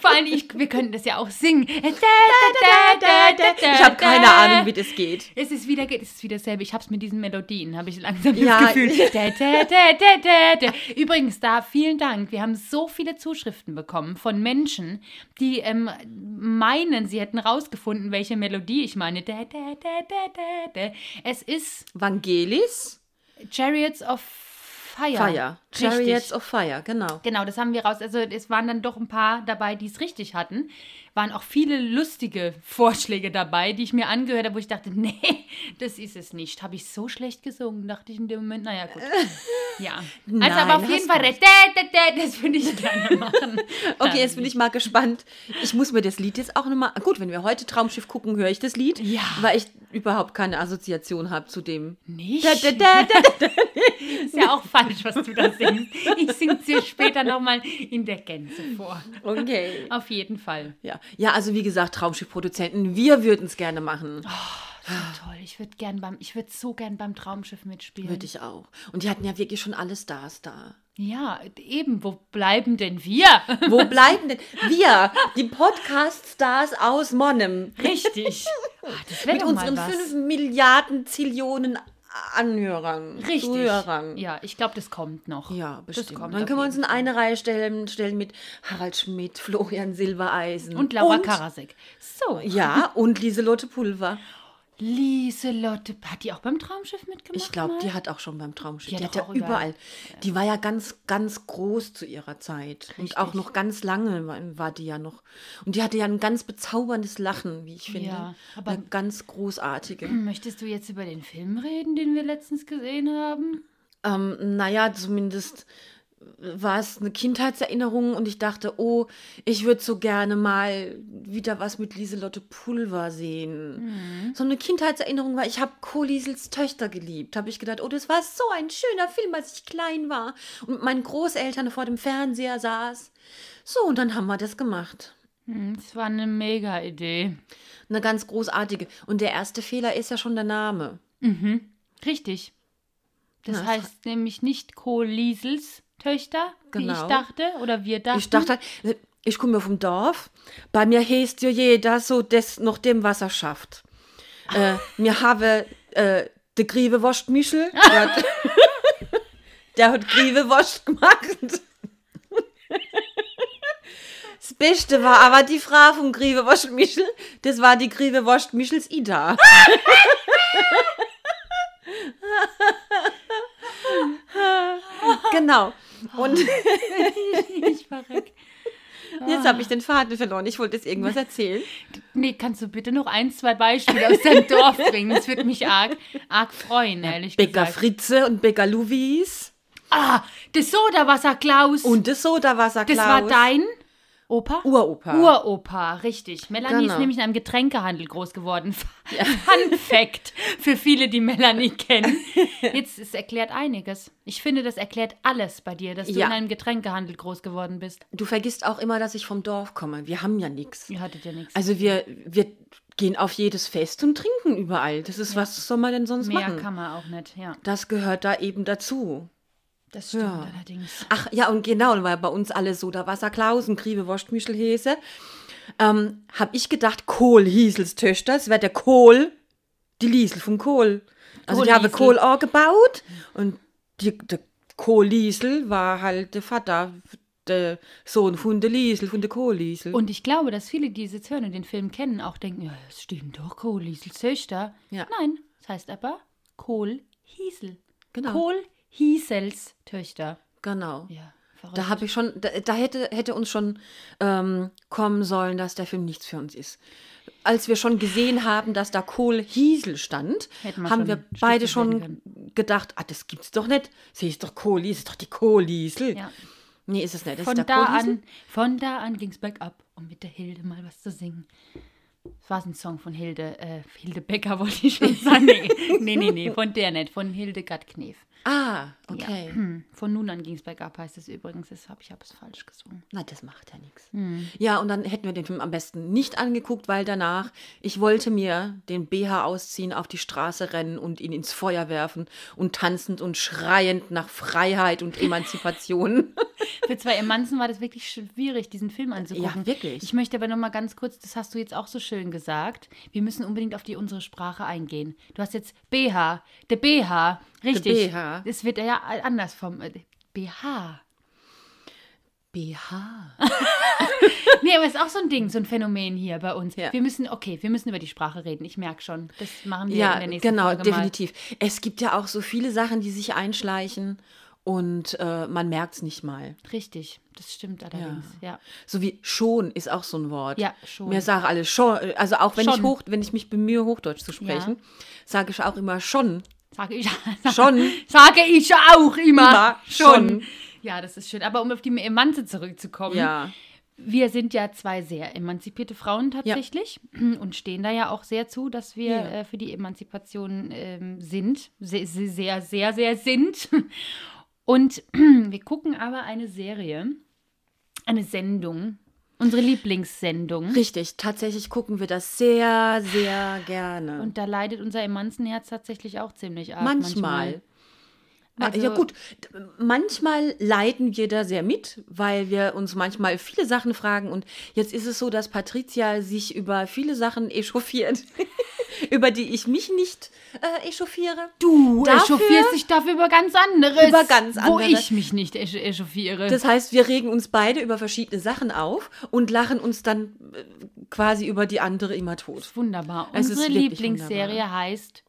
[SPEAKER 2] Vor allem, ich, wir könnten das ja auch singen.
[SPEAKER 1] Ich
[SPEAKER 2] Ich
[SPEAKER 1] habe keine Ahnung, wie das geht.
[SPEAKER 2] Es ist wieder, es ist wieder dasselbe. Ich hab's mit diesen Melodien, habe ich langsam
[SPEAKER 1] Ja.
[SPEAKER 2] das Gefühl. Da, da, da, da, da, da. Übrigens, da vielen Dank. Wir haben so viele Zuschriften bekommen von Menschen, die ähm, meinen, sie hätten rausgefunden, welche Melodie ich meine. Da, da, da, da, da, da. Es ist
[SPEAKER 1] Vangelis
[SPEAKER 2] Chariots of Fire.
[SPEAKER 1] Fire.
[SPEAKER 2] Richtig.
[SPEAKER 1] Chariots of Fire, genau.
[SPEAKER 2] Genau, das haben wir raus. Also es waren dann doch ein paar dabei, die es richtig hatten. Waren auch viele lustige Vorschläge dabei, die ich mir angehört habe, wo ich dachte, [laughs] nee, das ist es nicht. Habe ich so schlecht gesungen, dachte ich in dem Moment, naja, gut. Ja. Also
[SPEAKER 1] Nein,
[SPEAKER 2] aber auf jeden
[SPEAKER 1] hast
[SPEAKER 2] Fall,
[SPEAKER 1] du
[SPEAKER 2] dä, dä, dä, das würde
[SPEAKER 1] [laughs]
[SPEAKER 2] ich gerne machen.
[SPEAKER 1] Okay, jetzt bin ich mal gespannt. Ich muss mir das Lied jetzt auch nochmal. Gut, wenn wir heute Traumschiff gucken, höre ich das Lied.
[SPEAKER 2] Ja.
[SPEAKER 1] Weil ich überhaupt keine Assoziation habe zu dem.
[SPEAKER 2] Nicht?
[SPEAKER 1] Da, da, da, da.
[SPEAKER 2] ist ja auch falsch, was du da singst. Ich sing's dir später nochmal in der Gänze vor.
[SPEAKER 1] [laughs] Okay.
[SPEAKER 2] Auf jeden Fall.
[SPEAKER 1] Ja. ja, also wie gesagt, Traumschiff-Produzenten, wir würden es gerne machen.
[SPEAKER 2] Toll, ich würde gern beim, ich würde so gern beim Traumschiff mitspielen.
[SPEAKER 1] Würde ich auch. Und die hatten ja wirklich schon alle Stars da.
[SPEAKER 2] Ja, eben, wo bleiben denn wir?
[SPEAKER 1] Wo bleiben denn wir, die Podcast-Stars aus Monnem, [laughs]
[SPEAKER 2] Richtig. Ah, das wäre
[SPEAKER 1] mit
[SPEAKER 2] doch
[SPEAKER 1] unseren
[SPEAKER 2] mal was.
[SPEAKER 1] 5 Milliarden Zillionen Anhörern,
[SPEAKER 2] Richtig.
[SPEAKER 1] Zuhörern?
[SPEAKER 2] Ja, ich glaube, das kommt noch.
[SPEAKER 1] Ja, bestimmt.
[SPEAKER 2] Das kommt
[SPEAKER 1] Dann
[SPEAKER 2] auf
[SPEAKER 1] können wir uns in
[SPEAKER 2] jeden
[SPEAKER 1] eine Reihe stellen, stellen mit Harald Schmidt, Florian Silbereisen.
[SPEAKER 2] Fall. Und Laura Karasek. So,
[SPEAKER 1] Ja, und Lieselotte Pulver.
[SPEAKER 2] Lieselotte, hat die auch beim Traumschiff mitgemacht?
[SPEAKER 1] Ich glaube,
[SPEAKER 2] mal?
[SPEAKER 1] die hat auch schon beim Traumschiff. Die,
[SPEAKER 2] Die hat
[SPEAKER 1] hat
[SPEAKER 2] doch
[SPEAKER 1] ja
[SPEAKER 2] auch
[SPEAKER 1] überall. Die war ja ganz, ganz groß zu ihrer Zeit. Und auch
[SPEAKER 2] Richtig.
[SPEAKER 1] noch ganz lange war, war die ja noch. Und die hatte ja ein ganz bezauberndes Lachen, wie ich finde.
[SPEAKER 2] Ja,
[SPEAKER 1] aber
[SPEAKER 2] aber-
[SPEAKER 1] Eine ganz großartige.
[SPEAKER 2] Hm, Möchtest du jetzt über den Film reden, den wir letztens gesehen haben?
[SPEAKER 1] ähm, naja, zumindest war es eine Kindheitserinnerung und ich dachte, oh, ich würde so gerne mal wieder was mit Lieselotte Pulver sehen. So eine Kindheitserinnerung war, ich habe Kolisels Töchter geliebt. Habe ich gedacht, oh, das war so ein schöner Film, als ich klein war und mit meinen Großeltern vor dem Fernseher saß. So, und dann haben wir das gemacht.
[SPEAKER 2] Hm, Das war eine mega Idee.
[SPEAKER 1] Eine ganz großartige. Und der erste Fehler ist ja schon der Name.
[SPEAKER 2] Mhm. Richtig. Das
[SPEAKER 1] Na,
[SPEAKER 2] heißt nämlich nicht Kolisels Töchter, wie ich
[SPEAKER 1] Genau.
[SPEAKER 2] dachte oder wir dachten. [laughs]
[SPEAKER 1] Ich dachte, ich komme ja vom Dorf. Bei mir heißt ja jeder so, das nach dem Wasser schafft. Äh, mir habe äh, der Grieve wascht Michel. Der hat, [laughs] der hat Grieve wascht gemacht. [laughs] Das Beste war aber die Frau vom Grieve wascht Michel. Das war die Grieve wascht Michels Ida. [laughs] genau. Und
[SPEAKER 2] ich verreck.
[SPEAKER 1] Jetzt habe ich den Faden verloren. Ich wollte jetzt irgendwas erzählen.
[SPEAKER 2] Nee, kannst du bitte noch ein, zwei Beispiele aus deinem Dorf bringen? Das würde mich arg, arg freuen, ehrlich
[SPEAKER 1] [laughs] Bäcker
[SPEAKER 2] gesagt.
[SPEAKER 1] Fritze und Bäcker Luvis
[SPEAKER 2] Ah, das Sodawasser Klaus.
[SPEAKER 1] und das Sodawasser
[SPEAKER 2] das
[SPEAKER 1] Klaus.
[SPEAKER 2] war dein Opa?
[SPEAKER 1] Uropa.
[SPEAKER 2] Uropa, richtig. Melanie
[SPEAKER 1] Genau.
[SPEAKER 2] ist nämlich in einem Getränkehandel groß geworden. [laughs] Fun Fact für viele, die Melanie kennen. Jetzt es erklärt einiges. Ich finde, das erklärt alles bei dir, dass du
[SPEAKER 1] Ja.
[SPEAKER 2] in einem Getränkehandel groß geworden bist.
[SPEAKER 1] Du vergisst auch immer, dass ich vom Dorf komme. Wir haben ja nichts.
[SPEAKER 2] Ihr hattet ja nichts.
[SPEAKER 1] Also wir, wir gehen auf jedes Fest und trinken überall. Das ist, was soll man denn sonst
[SPEAKER 2] Mehr
[SPEAKER 1] machen?
[SPEAKER 2] kann man auch nicht, ja.
[SPEAKER 1] Das gehört da eben dazu.
[SPEAKER 2] Das stimmt
[SPEAKER 1] Ja.
[SPEAKER 2] allerdings.
[SPEAKER 1] Ach ja, und genau, weil bei uns alle Sodawasser Klausen, Griebe, Wurst, Mischelhäse, ähm, habe ich gedacht, Kohl Hiesels Töchter, es wäre der Kohl, die Liesel vom Kohl. Also die
[SPEAKER 2] Kohl
[SPEAKER 1] habe
[SPEAKER 2] Liesel.
[SPEAKER 1] Kohl auch gebaut und die, der Kohl Liesel war halt der Vater, der Sohn von der Liesel, von der Kohl Liesel.
[SPEAKER 2] Und ich glaube, dass viele, die es jetzt hören und den Film kennen, auch denken, ja, es stimmt doch, Kohl Hiesel Töchter.
[SPEAKER 1] Ja.
[SPEAKER 2] Nein, das heißt aber Kohl Hiesel.
[SPEAKER 1] Genau.
[SPEAKER 2] Kohl Hiesels Töchter.
[SPEAKER 1] genau.
[SPEAKER 2] Ja, verrückt.
[SPEAKER 1] Da habe ich schon, da, da hätte, hätte uns schon ähm, kommen sollen, dass der Film nichts für uns ist. Als wir schon gesehen haben, dass da Kohl Hiesel stand,
[SPEAKER 2] Hätten wir
[SPEAKER 1] haben
[SPEAKER 2] schon
[SPEAKER 1] wir
[SPEAKER 2] ein Stückchen
[SPEAKER 1] beide
[SPEAKER 2] werden
[SPEAKER 1] schon gedacht, ah, das gibt's doch nicht. Sie ist doch Kohl, Hiesel, ist doch die Kohl Hiesel.
[SPEAKER 2] Ja.
[SPEAKER 1] Nee, ist es nicht. Das
[SPEAKER 2] Von
[SPEAKER 1] ist der
[SPEAKER 2] da,
[SPEAKER 1] Kohl Hiesel.
[SPEAKER 2] an, von da an ging es bergab, um mit der Hilde mal was zu singen. Das war ein Song von Hilde, äh, Hilde Becker [laughs] wollte ich schon sagen. Nee, nee, nee, nee, von der nicht, von Hilde Knef. [clears throat]
[SPEAKER 1] Ah, okay.
[SPEAKER 2] Hm, Von nun an ging es bergab, heißt es übrigens. Das hab, ich habe es falsch gesungen.
[SPEAKER 1] Na, das macht ja nichts.
[SPEAKER 2] Hm.
[SPEAKER 1] Ja, und dann hätten wir den Film am besten nicht angeguckt, weil danach, ich wollte mir den BH ausziehen, auf die Straße rennen und ihn ins Feuer werfen und tanzend und schreiend nach Freiheit und
[SPEAKER 2] [laughs]
[SPEAKER 1] Emanzipation.
[SPEAKER 2] Für zwei Emanzen war das wirklich schwierig, diesen Film anzugucken.
[SPEAKER 1] Ja, wirklich.
[SPEAKER 2] Ich möchte aber noch mal ganz kurz, das hast du jetzt auch so schön gesagt, wir müssen unbedingt auf die unsere Sprache eingehen. Du hast jetzt BH, der BH, richtig.
[SPEAKER 1] BH.
[SPEAKER 2] Es wird ja anders vom äh, BH.
[SPEAKER 1] BH.
[SPEAKER 2] Nee, aber ist auch so ein Ding, so ein Phänomen hier bei uns.
[SPEAKER 1] Ja.
[SPEAKER 2] Wir müssen, okay, wir müssen über die Sprache reden. Ich merke schon. Das machen wir in
[SPEAKER 1] Ja,
[SPEAKER 2] der nächsten
[SPEAKER 1] genau,
[SPEAKER 2] Folge
[SPEAKER 1] definitiv. Es gibt ja auch so viele Sachen, die sich einschleichen und äh, man merkt es nicht mal.
[SPEAKER 2] mal. Richtig, das stimmt allerdings. Ja,
[SPEAKER 1] So wie schon ist auch so ein Wort.
[SPEAKER 2] Ja, schon.
[SPEAKER 1] Mir sagen alle schon, also auch wenn ich
[SPEAKER 2] Schon.
[SPEAKER 1] hoch, wenn ich mich bemühe, Hochdeutsch zu sprechen, sage ich auch immer schon.
[SPEAKER 2] sage ich.
[SPEAKER 1] [laughs] Schon.
[SPEAKER 2] Sage ich ja auch immer.
[SPEAKER 1] Immer, schon.
[SPEAKER 2] Ja, das ist schön. Aber um auf die Emanze zurückzukommen.
[SPEAKER 1] Ja.
[SPEAKER 2] Wir sind ja zwei sehr emanzipierte Frauen tatsächlich [clears throat] und stehen da ja auch sehr zu, dass wir
[SPEAKER 1] Ja.
[SPEAKER 2] äh, für die Emanzipation ähm, sind. Sehr, sehr, sehr, sehr sind. [laughs] Und [clears throat] wir gucken aber eine Serie, eine Sendung, unsere Lieblingssendung.
[SPEAKER 1] Richtig, tatsächlich gucken wir das sehr, sehr gerne.
[SPEAKER 2] Und da leidet unser Emanzenherz tatsächlich auch ziemlich arg.
[SPEAKER 1] manchmal. Ah,
[SPEAKER 2] Manchmal. Also-
[SPEAKER 1] ja gut, d- manchmal leiden wir da sehr mit, weil wir uns manchmal viele Sachen fragen. Und jetzt ist es so, dass Patricia sich über viele Sachen echauffiert, [laughs] über die ich mich nicht äh, echauffiere.
[SPEAKER 2] Du
[SPEAKER 1] Dafür-
[SPEAKER 2] echauffierst dich dafür über ganz anderes.
[SPEAKER 1] Über ganz
[SPEAKER 2] Wo
[SPEAKER 1] andere.
[SPEAKER 2] ich mich nicht echa- echauffiere.
[SPEAKER 1] Das heißt, wir regen uns beide über verschiedene Sachen auf und lachen uns dann äh, quasi über die andere immer tot.
[SPEAKER 2] wunderbar.
[SPEAKER 1] Also Es ist
[SPEAKER 2] Unsere
[SPEAKER 1] wirklich
[SPEAKER 2] Lieblingsserie heißt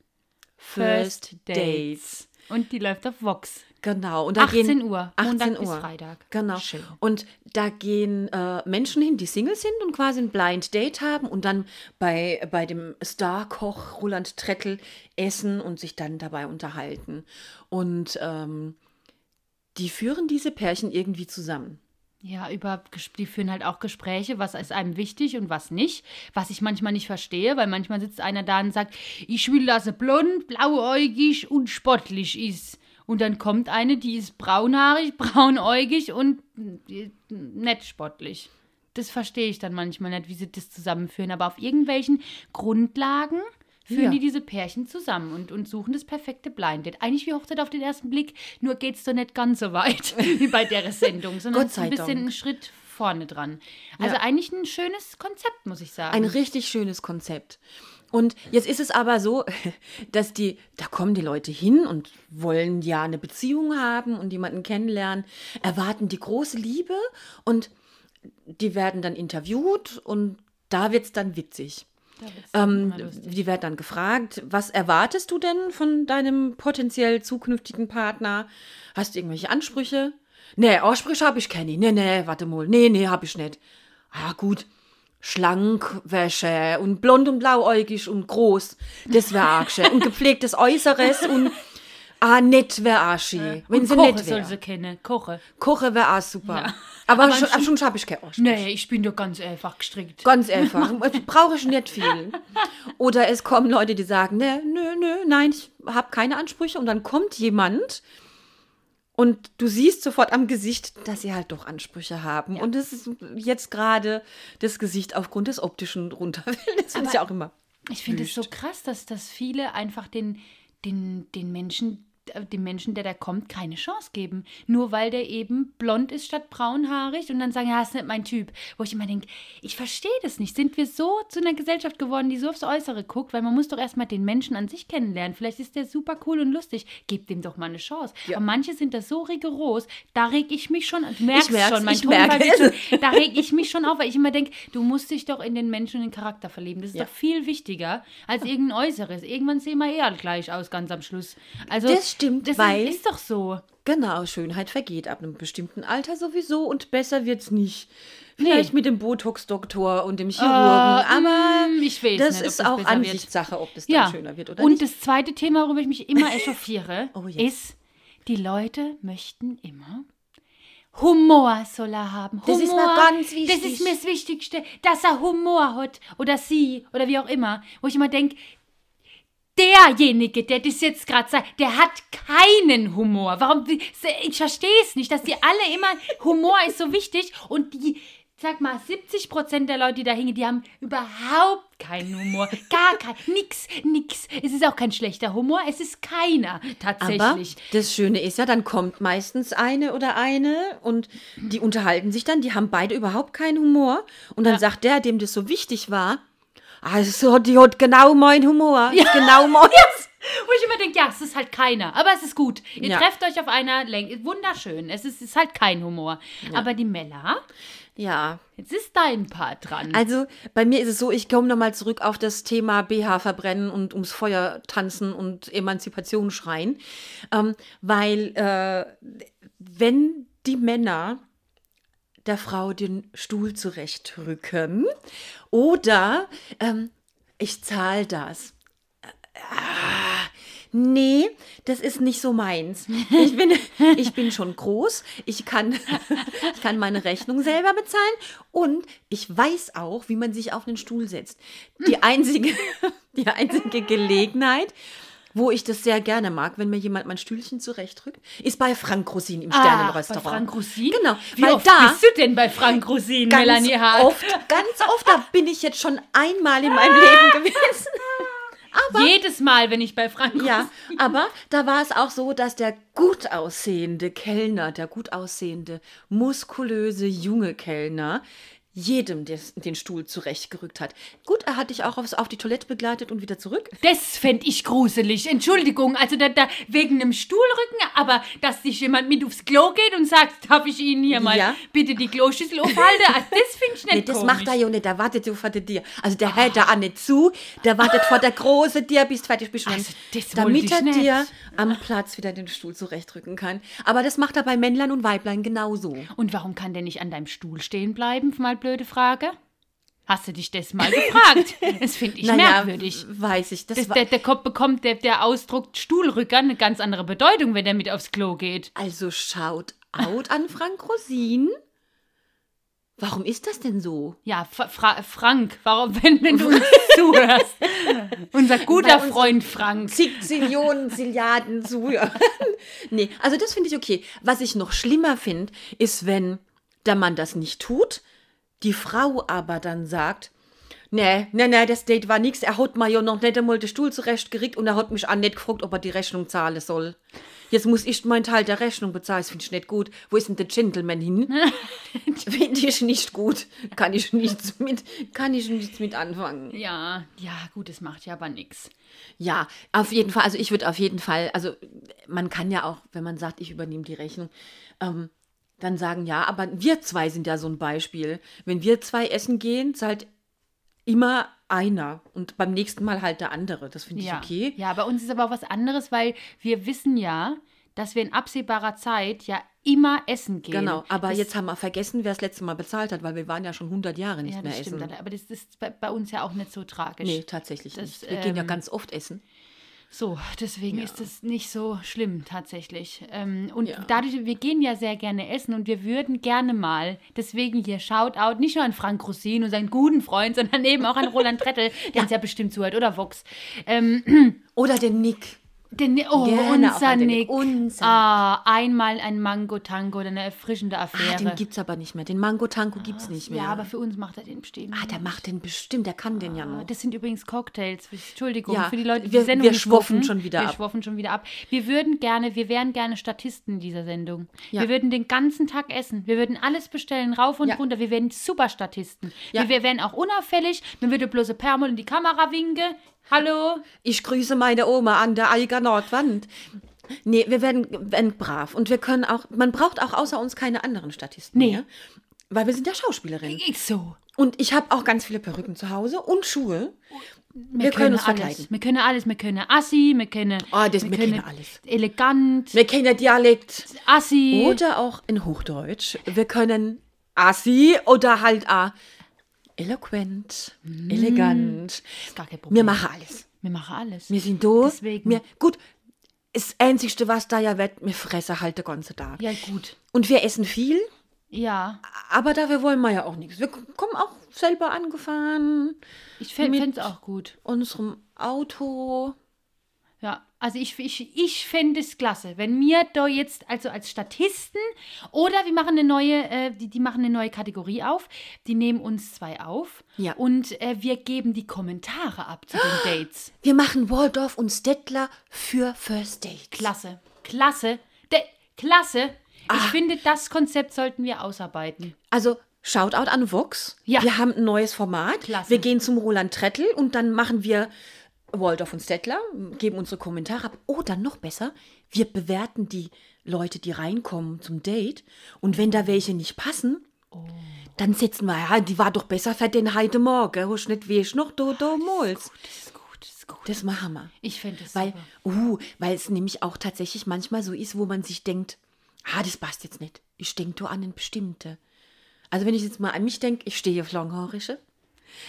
[SPEAKER 2] First Dates. Und die läuft auf Vox.
[SPEAKER 1] Genau. Und da
[SPEAKER 2] 18
[SPEAKER 1] gehen,
[SPEAKER 2] Uhr.
[SPEAKER 1] 18
[SPEAKER 2] Montag
[SPEAKER 1] Uhr.
[SPEAKER 2] bis Freitag.
[SPEAKER 1] Genau.
[SPEAKER 2] Schön.
[SPEAKER 1] Und da gehen äh, Menschen hin, die Single sind und quasi ein Blind Date haben und dann bei, bei dem Star-Koch Roland Trettel essen und sich dann dabei unterhalten. Und ähm, die führen diese Pärchen irgendwie zusammen.
[SPEAKER 2] Ja, über, ges- die führen halt auch Gespräche, was ist einem wichtig und was nicht. Was ich manchmal nicht verstehe, weil manchmal sitzt einer da und sagt, ich will, dass er blond, blauäugig und spottlich ist. Und dann kommt eine, die ist braunhaarig, [laughs] braunäugig und äh, nicht spottlich. Das verstehe ich dann manchmal nicht, wie sie das zusammenführen. Aber auf irgendwelchen Grundlagen führen
[SPEAKER 1] Ja.
[SPEAKER 2] die diese Pärchen zusammen und, und suchen das perfekte Blind Date. Eigentlich wie Hochzeit auf den ersten Blick, nur geht es doch nicht ganz so weit [laughs] wie bei der Sendung, sondern
[SPEAKER 1] Gott
[SPEAKER 2] Gott sei
[SPEAKER 1] sei
[SPEAKER 2] ein bisschen
[SPEAKER 1] Dank.
[SPEAKER 2] einen Schritt vorne dran. Also
[SPEAKER 1] Ja.
[SPEAKER 2] eigentlich ein schönes Konzept, muss ich sagen.
[SPEAKER 1] Ein richtig schönes Konzept. Und jetzt ist es aber so, [laughs] dass die, da kommen die Leute hin und wollen ja eine Beziehung haben und jemanden kennenlernen, erwarten die große Liebe und die werden dann interviewt und da wird es dann witzig.
[SPEAKER 2] Da wird's
[SPEAKER 1] Ähm,
[SPEAKER 2] immer lustig.
[SPEAKER 1] die werden dann gefragt, was erwartest du denn von deinem potenziell zukünftigen Partner? Hast du irgendwelche Ansprüche? Nee, Ansprüche habe ich keine. Nee, nee, warte mal. Nee, nee, habe ich nicht. Ah, gut. Schlank, Wäsche und blond und blauäugig und groß. Das wäre arg schön. Und gepflegtes Äußeres und ah, nett wäre arg schön. Wenn
[SPEAKER 2] Äh, Und
[SPEAKER 1] sie
[SPEAKER 2] Koche
[SPEAKER 1] nett
[SPEAKER 2] soll
[SPEAKER 1] wäre.
[SPEAKER 2] sie kennen. Koche.
[SPEAKER 1] Koche wäre auch super. Aber, schon, aber schon habe ich keine Ansprüche.
[SPEAKER 2] Nee, ich bin doch ganz einfach gestrickt.
[SPEAKER 1] Ganz
[SPEAKER 2] [laughs]
[SPEAKER 1] einfach. Brauche ich nicht viel. Oder es kommen Leute, die sagen, nö, nö, nö, nein, ich habe keine Ansprüche. Und dann kommt jemand und du siehst sofort am Gesicht, dass sie halt doch Ansprüche haben. Und das ist jetzt gerade das Gesicht aufgrund des optischen runter will. Das finde ich auch immer.
[SPEAKER 2] Ich finde es so krass, dass, dass viele einfach den, den, den Menschen äh, dem Menschen, der da kommt, keine Chance geben. Nur weil der eben blond ist statt braunhaarig und dann sagen, ja, ist nicht mein Typ. Wo ich immer denke, ich verstehe das nicht. Sind wir so zu einer Gesellschaft geworden, die so aufs Äußere guckt? Weil man muss doch erstmal den Menschen an sich kennenlernen. Vielleicht ist der super cool und lustig. Gebt dem doch mal eine Chance. Aber manche sind das so rigoros, da reg ich mich schon, du merkst
[SPEAKER 1] merk's,
[SPEAKER 2] schon, mein
[SPEAKER 1] ich
[SPEAKER 2] Ton war
[SPEAKER 1] merke [laughs]
[SPEAKER 2] jetzt
[SPEAKER 1] es.
[SPEAKER 2] schon- da reg ich mich schon auf, weil ich immer denke, du musst dich doch in den Menschen und den Charakter verlieben. Das ist
[SPEAKER 1] Ja.
[SPEAKER 2] doch viel wichtiger als irgendein Äußeres. Irgendwann sehen wir eh alle gleich aus, ganz am Schluss. Also,
[SPEAKER 1] Das stimmt,
[SPEAKER 2] das
[SPEAKER 1] weil-
[SPEAKER 2] ist doch so.
[SPEAKER 1] Genau, Schönheit vergeht ab einem bestimmten Alter sowieso und besser wird's nicht. Vielleicht mit dem Botox-Doktor und dem Chirurgen, aber
[SPEAKER 2] mm, ich Äh, weiß
[SPEAKER 1] das
[SPEAKER 2] nicht, ob
[SPEAKER 1] ist
[SPEAKER 2] das
[SPEAKER 1] auch
[SPEAKER 2] besser wird.
[SPEAKER 1] Ansichtssache, ob das dann
[SPEAKER 2] Ja.
[SPEAKER 1] schöner wird oder
[SPEAKER 2] und
[SPEAKER 1] nicht.
[SPEAKER 2] das zweite Thema, worüber ich
[SPEAKER 1] [laughs]
[SPEAKER 2] mich immer echauffiere,
[SPEAKER 1] Oh ja.
[SPEAKER 2] ist, die Leute möchten immer Humor soll er haben. Humor,
[SPEAKER 1] Das ist mir ganz
[SPEAKER 2] Das ist
[SPEAKER 1] wichtig.
[SPEAKER 2] mir das Wichtigste, dass er Humor hat oder sie oder wie auch immer. Wo ich immer denke, derjenige, der das jetzt gerade sagt, der hat keinen Humor. Warum? Ich verstehe es nicht, dass die alle immer, Humor ist so wichtig und die, sag mal, 70 Prozent der Leute, die da hingen, die haben überhaupt keinen Humor. Gar kein, nix, nix. Es ist auch kein schlechter Humor, es ist keiner
[SPEAKER 1] Aber
[SPEAKER 2] tatsächlich.
[SPEAKER 1] das Schöne ist ja, dann kommt meistens eine oder eine und die unterhalten sich dann, die haben beide überhaupt keinen Humor. Und dann sagt der, dem das so wichtig war, also die hat genau meinen Humor. [laughs] Ja. Genau meinen.
[SPEAKER 2] Wo ich immer denke, ja, es ist halt keiner, aber es ist gut. Ihr
[SPEAKER 1] Ja.
[SPEAKER 2] trefft euch auf einer Länge. Wunderschön. Es ist, ist halt kein Humor. Aber die Mella,
[SPEAKER 1] Ja.
[SPEAKER 2] jetzt ist dein Part dran.
[SPEAKER 1] Also bei mir ist es so, ich komme nochmal zurück auf das Thema BH verbrennen und ums Feuer tanzen und Emanzipation schreien. Ähm, weil äh, wenn die Männer der Frau den Stuhl zurechtrücken oder ähm, ich zahle das. Ah, Nee, das ist nicht so meins. Ich bin, ich bin schon groß, ich kann, [laughs] ich kann meine Rechnung selber bezahlen und ich weiß auch, wie man sich auf einen Stuhl setzt. Die einzige, [laughs] die einzige Gelegenheit, wo ich das sehr gerne mag, wenn mir jemand mein Stühlchen zurechtrückt, ist bei Frank Rosin im Sternenrestaurant.
[SPEAKER 2] Ah, bei Frank Rosin?
[SPEAKER 1] Genau,
[SPEAKER 2] Wie
[SPEAKER 1] weil
[SPEAKER 2] oft
[SPEAKER 1] da-
[SPEAKER 2] bist du denn bei Frank Rosin, Melanie Hart? [laughs]
[SPEAKER 1] oft, ganz oft, da bin ich jetzt schon einmal in meinem Leben gewesen.
[SPEAKER 2] Jedes Mal, wenn ich bei Frank
[SPEAKER 1] Ja, aber da war es auch so, dass der gut aussehende Kellner, der gut aussehende, muskulöse junge Kellner, jedem des, den Stuhl zurechtgerückt hat. Gut, er hat dich auch aufs, auf die Toilette begleitet und wieder zurück.
[SPEAKER 2] Das fände ich gruselig. Entschuldigung, also da, da wegen einem Stuhlrücken, aber dass sich jemand mit aufs Klo geht und sagt, darf ich Ihnen hier mal
[SPEAKER 1] Ja.
[SPEAKER 2] bitte die Kloschüssel aufhalten? Also das
[SPEAKER 1] [laughs]
[SPEAKER 2] finde ich Ah. nicht
[SPEAKER 1] Nee, das
[SPEAKER 2] komisch.
[SPEAKER 1] macht er ja nicht, der wartet auf der dir. Also der hält da auch nicht zu, der wartet vor der großen dir, bis fertig bist. und
[SPEAKER 2] Also,
[SPEAKER 1] dann-
[SPEAKER 2] das wollte
[SPEAKER 1] damit
[SPEAKER 2] ich
[SPEAKER 1] er
[SPEAKER 2] nicht.
[SPEAKER 1] dir am Platz wieder den Stuhl zurechtrücken kann. Aber das macht er bei Männlein und Weiblein genauso.
[SPEAKER 2] Und warum kann der nicht an deinem Stuhl stehen bleiben? Mal blöde Frage. Hast du dich das mal
[SPEAKER 1] [laughs]
[SPEAKER 2] gefragt? Das finde ich merkwürdig.
[SPEAKER 1] weiß ich. Das
[SPEAKER 2] Das,
[SPEAKER 1] war,
[SPEAKER 2] der, der Kopf bekommt der, der Ausdruck Stuhlrücker eine ganz andere Bedeutung, wenn der mit aufs Klo geht.
[SPEAKER 1] also schaut out an Frank Rosin. Warum ist das denn so?
[SPEAKER 2] Ja, Fra Fra Frank, warum, [laughs] wenn, wenn du
[SPEAKER 1] [laughs]
[SPEAKER 2] uns zuhörst? Unser guter
[SPEAKER 1] Bei uns- [laughs]
[SPEAKER 2] Freund Frank.
[SPEAKER 1] Zig Zillionen, Zilliarden zuhören. nee, also das finde ich okay. Was ich noch schlimmer finde, ist, wenn der Mann das nicht tut, die Frau aber dann sagt, nee, nee, nee, das Date war nix, er hat mir ja noch nicht einmal den Stuhl zurechtgerickt und er hat mich auch nicht gefragt, ob er die Rechnung zahlen soll. Jetzt muss ich meinen Teil der Rechnung bezahlen, das finde ich nicht gut. Wo ist denn der Gentleman hin? finde ich nicht gut. Kann ich nichts mit, kann ich nichts mit anfangen.
[SPEAKER 2] Ja, ja, gut, das macht ja aber nichts.
[SPEAKER 1] Ja, auf jeden Fall. Also ich würde auf jeden Fall, also man kann ja auch, wenn man sagt, ich übernehme die Rechnung, ähm, dann sagen, ja, aber wir zwei sind ja so ein Beispiel. Wenn wir zwei essen gehen, zahlt immer einer und beim nächsten Mal halt der andere. Das finde ich
[SPEAKER 2] Ja.
[SPEAKER 1] okay.
[SPEAKER 2] ja, bei uns ist aber auch was anderes, weil wir wissen ja, dass wir in absehbarer Zeit ja immer essen gehen.
[SPEAKER 1] Genau, aber
[SPEAKER 2] das,
[SPEAKER 1] jetzt haben wir vergessen, wer das letzte Mal bezahlt hat, weil wir waren ja schon 100 Jahre nicht
[SPEAKER 2] ja,
[SPEAKER 1] mehr
[SPEAKER 2] das stimmt,
[SPEAKER 1] essen.
[SPEAKER 2] aber das ist bei, bei uns ja auch nicht so tragisch.
[SPEAKER 1] Nee, tatsächlich
[SPEAKER 2] Das,
[SPEAKER 1] nicht. Wir gehen ja
[SPEAKER 2] ähm,
[SPEAKER 1] ganz oft essen.
[SPEAKER 2] So, deswegen ist es nicht so schlimm tatsächlich. Ähm, und
[SPEAKER 1] Ja.
[SPEAKER 2] dadurch, wir gehen ja sehr gerne essen und wir würden gerne mal, deswegen hier Shoutout, nicht nur an Frank Rosin und seinen guten Freund, [laughs] sondern eben auch an Roland
[SPEAKER 1] [laughs]
[SPEAKER 2] Trettel, der uns ja bestimmt zuhört, oder Vox. Ähm,
[SPEAKER 1] Oder den Nick.
[SPEAKER 2] den, oh,
[SPEAKER 1] Gerne auch
[SPEAKER 2] unser
[SPEAKER 1] an den
[SPEAKER 2] Nick.
[SPEAKER 1] Unser
[SPEAKER 2] ah, einmal ein Mango-Tango oder eine erfrischende
[SPEAKER 1] Ah,
[SPEAKER 2] Affäre.
[SPEAKER 1] den gibt's aber nicht mehr. Den Mango Tanko gibt's nicht mehr.
[SPEAKER 2] Ah, ja, aber Ah, für uns macht er den bestimmt.
[SPEAKER 1] ah, der macht den bestimmt, der kann den ja noch.
[SPEAKER 2] Das sind übrigens Cocktails. Entschuldigung
[SPEAKER 1] Ja,
[SPEAKER 2] für die Leute, die
[SPEAKER 1] wir-
[SPEAKER 2] die Sendung
[SPEAKER 1] wir
[SPEAKER 2] nicht
[SPEAKER 1] schwoffen
[SPEAKER 2] gucken.
[SPEAKER 1] schon wieder
[SPEAKER 2] wir
[SPEAKER 1] ab.
[SPEAKER 2] schwoffen schon wieder ab. Wir würden gerne, wir wären gerne Statisten dieser Sendung.
[SPEAKER 1] Ja.
[SPEAKER 2] Wir würden den ganzen Tag essen. Wir würden alles bestellen, rauf und
[SPEAKER 1] Ja.
[SPEAKER 2] runter. Wir wären super Statisten.
[SPEAKER 1] Ja.
[SPEAKER 2] Wir, wir wären auch unauffällig. Man würde bloße Permel in die Kamera winken. Hallo.
[SPEAKER 1] Ich grüße meine Oma an der Eiger Nordwand. Nee, wir werden, werden brav. Und wir können auch, man braucht auch außer uns keine anderen Statisten
[SPEAKER 2] Nee.
[SPEAKER 1] mehr. Weil wir sind ja Schauspielerinnen.
[SPEAKER 2] Ich so.
[SPEAKER 1] Und ich habe auch ganz viele Perücken zu Hause und Schuhe. Wir, können, uns verkleiden.
[SPEAKER 2] alles. Wir können alles. Wir können Assi. Wir können.
[SPEAKER 1] Ah, das- wir können alles.
[SPEAKER 2] Elegant.
[SPEAKER 1] Wir kennen ja Dialekt.
[SPEAKER 2] Assi.
[SPEAKER 1] Oder auch in Hochdeutsch. Wir können Assi oder halt A. Eloquent, elegant.
[SPEAKER 2] Ist gar kein Problem.
[SPEAKER 1] Wir machen alles.
[SPEAKER 2] Wir machen alles.
[SPEAKER 1] Wir sind doof.
[SPEAKER 2] Deswegen.
[SPEAKER 1] Wir, gut, das Einzigste, was da ja wird, wir fressen halt den ganzen Tag.
[SPEAKER 2] ja, gut.
[SPEAKER 1] Und wir essen viel,
[SPEAKER 2] Ja.
[SPEAKER 1] aber dafür wollen wir ja auch nichts. Wir k- kommen auch selber angefahren,
[SPEAKER 2] Ich fände es auch gut.
[SPEAKER 1] unserem Auto.
[SPEAKER 2] Ja, also ich, ich, ich fände es klasse, wenn mir da jetzt, also als Statisten, oder wir machen eine neue, äh, die, die machen eine neue Kategorie auf, die nehmen uns zwei auf
[SPEAKER 1] Ja.
[SPEAKER 2] und äh, wir geben die Kommentare ab zu
[SPEAKER 1] [gasps]
[SPEAKER 2] den Dates.
[SPEAKER 1] Wir machen Waldorf und Stettler für First Date.
[SPEAKER 2] Klasse, klasse, De klasse.
[SPEAKER 1] Ah.
[SPEAKER 2] Ich finde, das Konzept sollten wir ausarbeiten.
[SPEAKER 1] Also Shoutout an Vox.
[SPEAKER 2] Ja.
[SPEAKER 1] Wir haben ein neues Format.
[SPEAKER 2] Klasse.
[SPEAKER 1] Wir gehen zum Roland Trettel und dann machen wir Waldorf und Stettler, geben unsere Kommentare ab. Oder noch besser, wir bewerten die Leute, die reinkommen zum Date. Und wenn da welche nicht passen,
[SPEAKER 2] Oh.
[SPEAKER 1] dann setzen wir, ja, die war doch besser für den heute Morgen. Husch nicht weh, noch do, do, mols.
[SPEAKER 2] Das ist gut, das ist gut.
[SPEAKER 1] Das machen wir.
[SPEAKER 2] Ich finde es
[SPEAKER 1] Weil,
[SPEAKER 2] super.
[SPEAKER 1] uh, weil es nämlich auch tatsächlich manchmal so ist, wo man sich denkt, ah, das passt jetzt nicht. Ich denke nur an eine bestimmte. Also wenn ich jetzt mal an mich denke, ich stehe auf Longhaarische.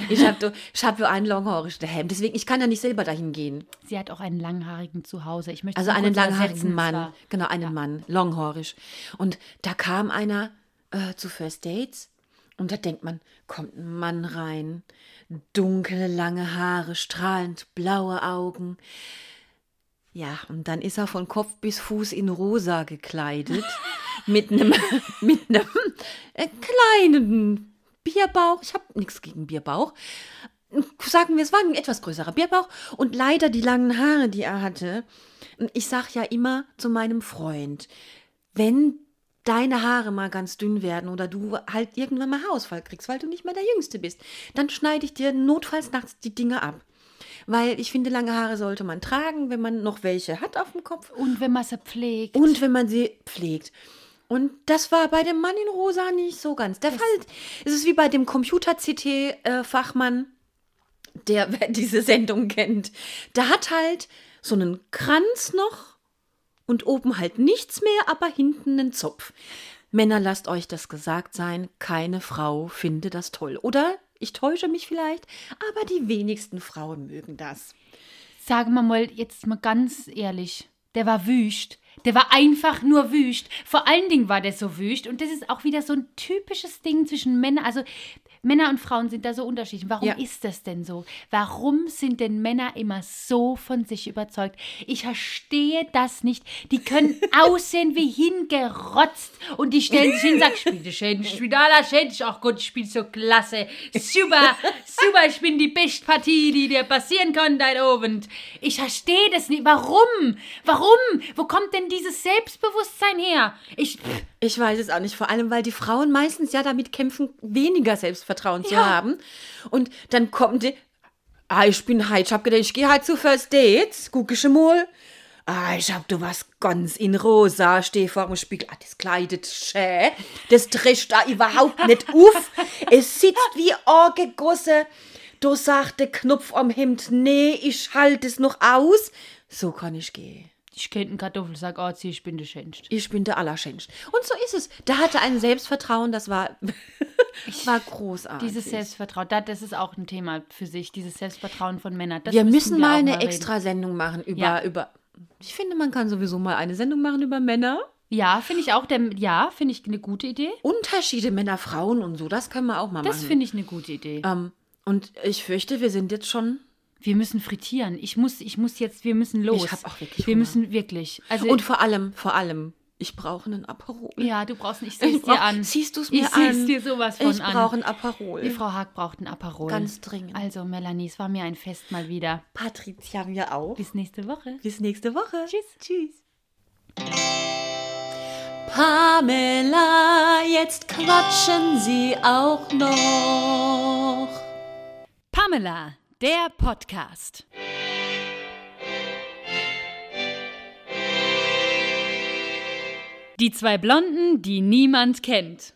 [SPEAKER 1] Ich habe hab ja einen Longhaarische daheim. Deswegen, ich kann ja nicht selber dahin gehen.
[SPEAKER 2] Sie hat auch einen langhaarigen zu Hause. Ich möchte
[SPEAKER 1] Also
[SPEAKER 2] sie
[SPEAKER 1] einen
[SPEAKER 2] kurz ersetzen,
[SPEAKER 1] langhaarigen
[SPEAKER 2] es
[SPEAKER 1] Mann.
[SPEAKER 2] war-
[SPEAKER 1] Genau, einen Mann. Longhaarisch. Und da kam einer äh, zu First Dates. Und da denkt man, kommt ein Mann rein. Dunkle, lange Haare, strahlend blaue Augen. Ja, und dann ist er von Kopf bis Fuß in rosa gekleidet. [laughs] mit einem [laughs] mit einem äh, kleinen Bierbauch. Ich habe nichts gegen Bierbauch. sagen wir, es war ein etwas größerer Bierbauch und leider die langen Haare, die er hatte. Und Ich sag ja immer zu meinem Freund, wenn deine Haare mal ganz dünn werden oder du halt irgendwann mal Haarausfall kriegst, weil du nicht mehr der Jüngste bist, dann schneide ich dir notfalls nachts die Dinge ab. Weil ich finde, lange Haare sollte man tragen, wenn man noch welche hat auf dem Kopf
[SPEAKER 2] Und wenn man sie pflegt.
[SPEAKER 1] und wenn man sie pflegt. Und das war bei dem Mann in Rosa nicht so ganz der Fall. Es ist wie bei dem Computer-CT-Fachmann, der [laughs] wer diese Sendung kennt. Der hat halt so einen Kranz noch und oben halt nichts mehr, aber hinten einen Zopf. Männer, lasst euch das gesagt sein, keine Frau finde das toll. Oder ich täusche mich vielleicht, aber die wenigsten Frauen mögen das.
[SPEAKER 2] Sagen wir mal jetzt mal ganz ehrlich, der war wüst. Der war einfach nur wüst. Vor allen Dingen war der so wüst. Und das ist auch wieder so ein typisches Ding zwischen Männern. Also Männer und Frauen sind da so unterschiedlich. Warum
[SPEAKER 1] Ja.
[SPEAKER 2] ist das denn so? Warum sind denn Männer immer so von sich überzeugt? Ich verstehe das nicht. Die können aussehen wie hingerotzt. Und die stellen sich hin und sagen, spiel dich hin, spiel da, das hin. Ach Gott, ich spiel so klasse. Super, super, ich bin die beste Partie, die dir passieren kann, dein Abend. Ich verstehe das nicht. Warum? Warum? Wo kommt denn dieses Selbstbewusstsein her? Ich,
[SPEAKER 1] Ich weiß es auch nicht, vor allem weil die Frauen meistens ja damit kämpfen, weniger Selbstvertrauen zu
[SPEAKER 2] Ja.
[SPEAKER 1] haben. Und dann kommen die, ah, ich bin halt, ich hab gedacht, ich gehe halt zu First Dates, guck ich mal. Ah, ich hab du was ganz in rosa, steh vor dem Spiegel, ah, das kleidet schä, das trägt da überhaupt nicht auf. Es sitzt wie angegossen. Du sagt der Knopf am Hemd, nee, ich halte es noch aus. So kann ich gehen.
[SPEAKER 2] ich könnte einen Kartoffelsack anziehen, ich bin der Schönste.
[SPEAKER 1] Ich bin der Allerschensch. Und so ist es. Da hatte ein Selbstvertrauen, das war, [laughs] war großartig.
[SPEAKER 2] Dieses Selbstvertrauen, da- das ist auch ein Thema für sich, dieses Selbstvertrauen von Männern. Das
[SPEAKER 1] wir müssen mal
[SPEAKER 2] auch
[SPEAKER 1] eine
[SPEAKER 2] reden.
[SPEAKER 1] extra Sendung machen über,
[SPEAKER 2] Ja.
[SPEAKER 1] über. Ich finde, man kann sowieso mal eine Sendung machen über Männer.
[SPEAKER 2] Ja, finde ich auch, der, ja, finde ich eine gute Idee.
[SPEAKER 1] Unterschiede Männer, Frauen und so, das können wir auch mal
[SPEAKER 2] Das
[SPEAKER 1] machen.
[SPEAKER 2] finde ich eine gute Idee.
[SPEAKER 1] Ähm, und ich fürchte, wir sind jetzt schon.
[SPEAKER 2] Wir müssen frittieren. Ich muss, ich muss jetzt, wir müssen los.
[SPEAKER 1] Ich hab auch wirklich
[SPEAKER 2] Wir
[SPEAKER 1] Hunger.
[SPEAKER 2] müssen wirklich. Also,
[SPEAKER 1] Und vor allem, vor allem, ich brauche einen Aperol. [laughs]
[SPEAKER 2] ja, du brauchst nicht, ich
[SPEAKER 1] Ich
[SPEAKER 2] seh's
[SPEAKER 1] brauch-
[SPEAKER 2] dir an.
[SPEAKER 1] Siehst du es
[SPEAKER 2] ich
[SPEAKER 1] mir
[SPEAKER 2] seh's
[SPEAKER 1] an?
[SPEAKER 2] dir sowas von
[SPEAKER 1] ich
[SPEAKER 2] an.
[SPEAKER 1] brauche einen Aperol.
[SPEAKER 2] Die Frau Haag braucht ein Aperol.
[SPEAKER 1] Ganz dringend.
[SPEAKER 2] Also, Melanie, es war mir ein Fest mal wieder.
[SPEAKER 1] Patricia, wir auch.
[SPEAKER 2] Bis nächste Woche.
[SPEAKER 1] Bis nächste Woche.
[SPEAKER 2] Tschüss. Tschüss.
[SPEAKER 1] Pamela, jetzt quatschen Sie auch noch.
[SPEAKER 2] Pamela, der Podcast. Die zwei Blonden, die niemand kennt.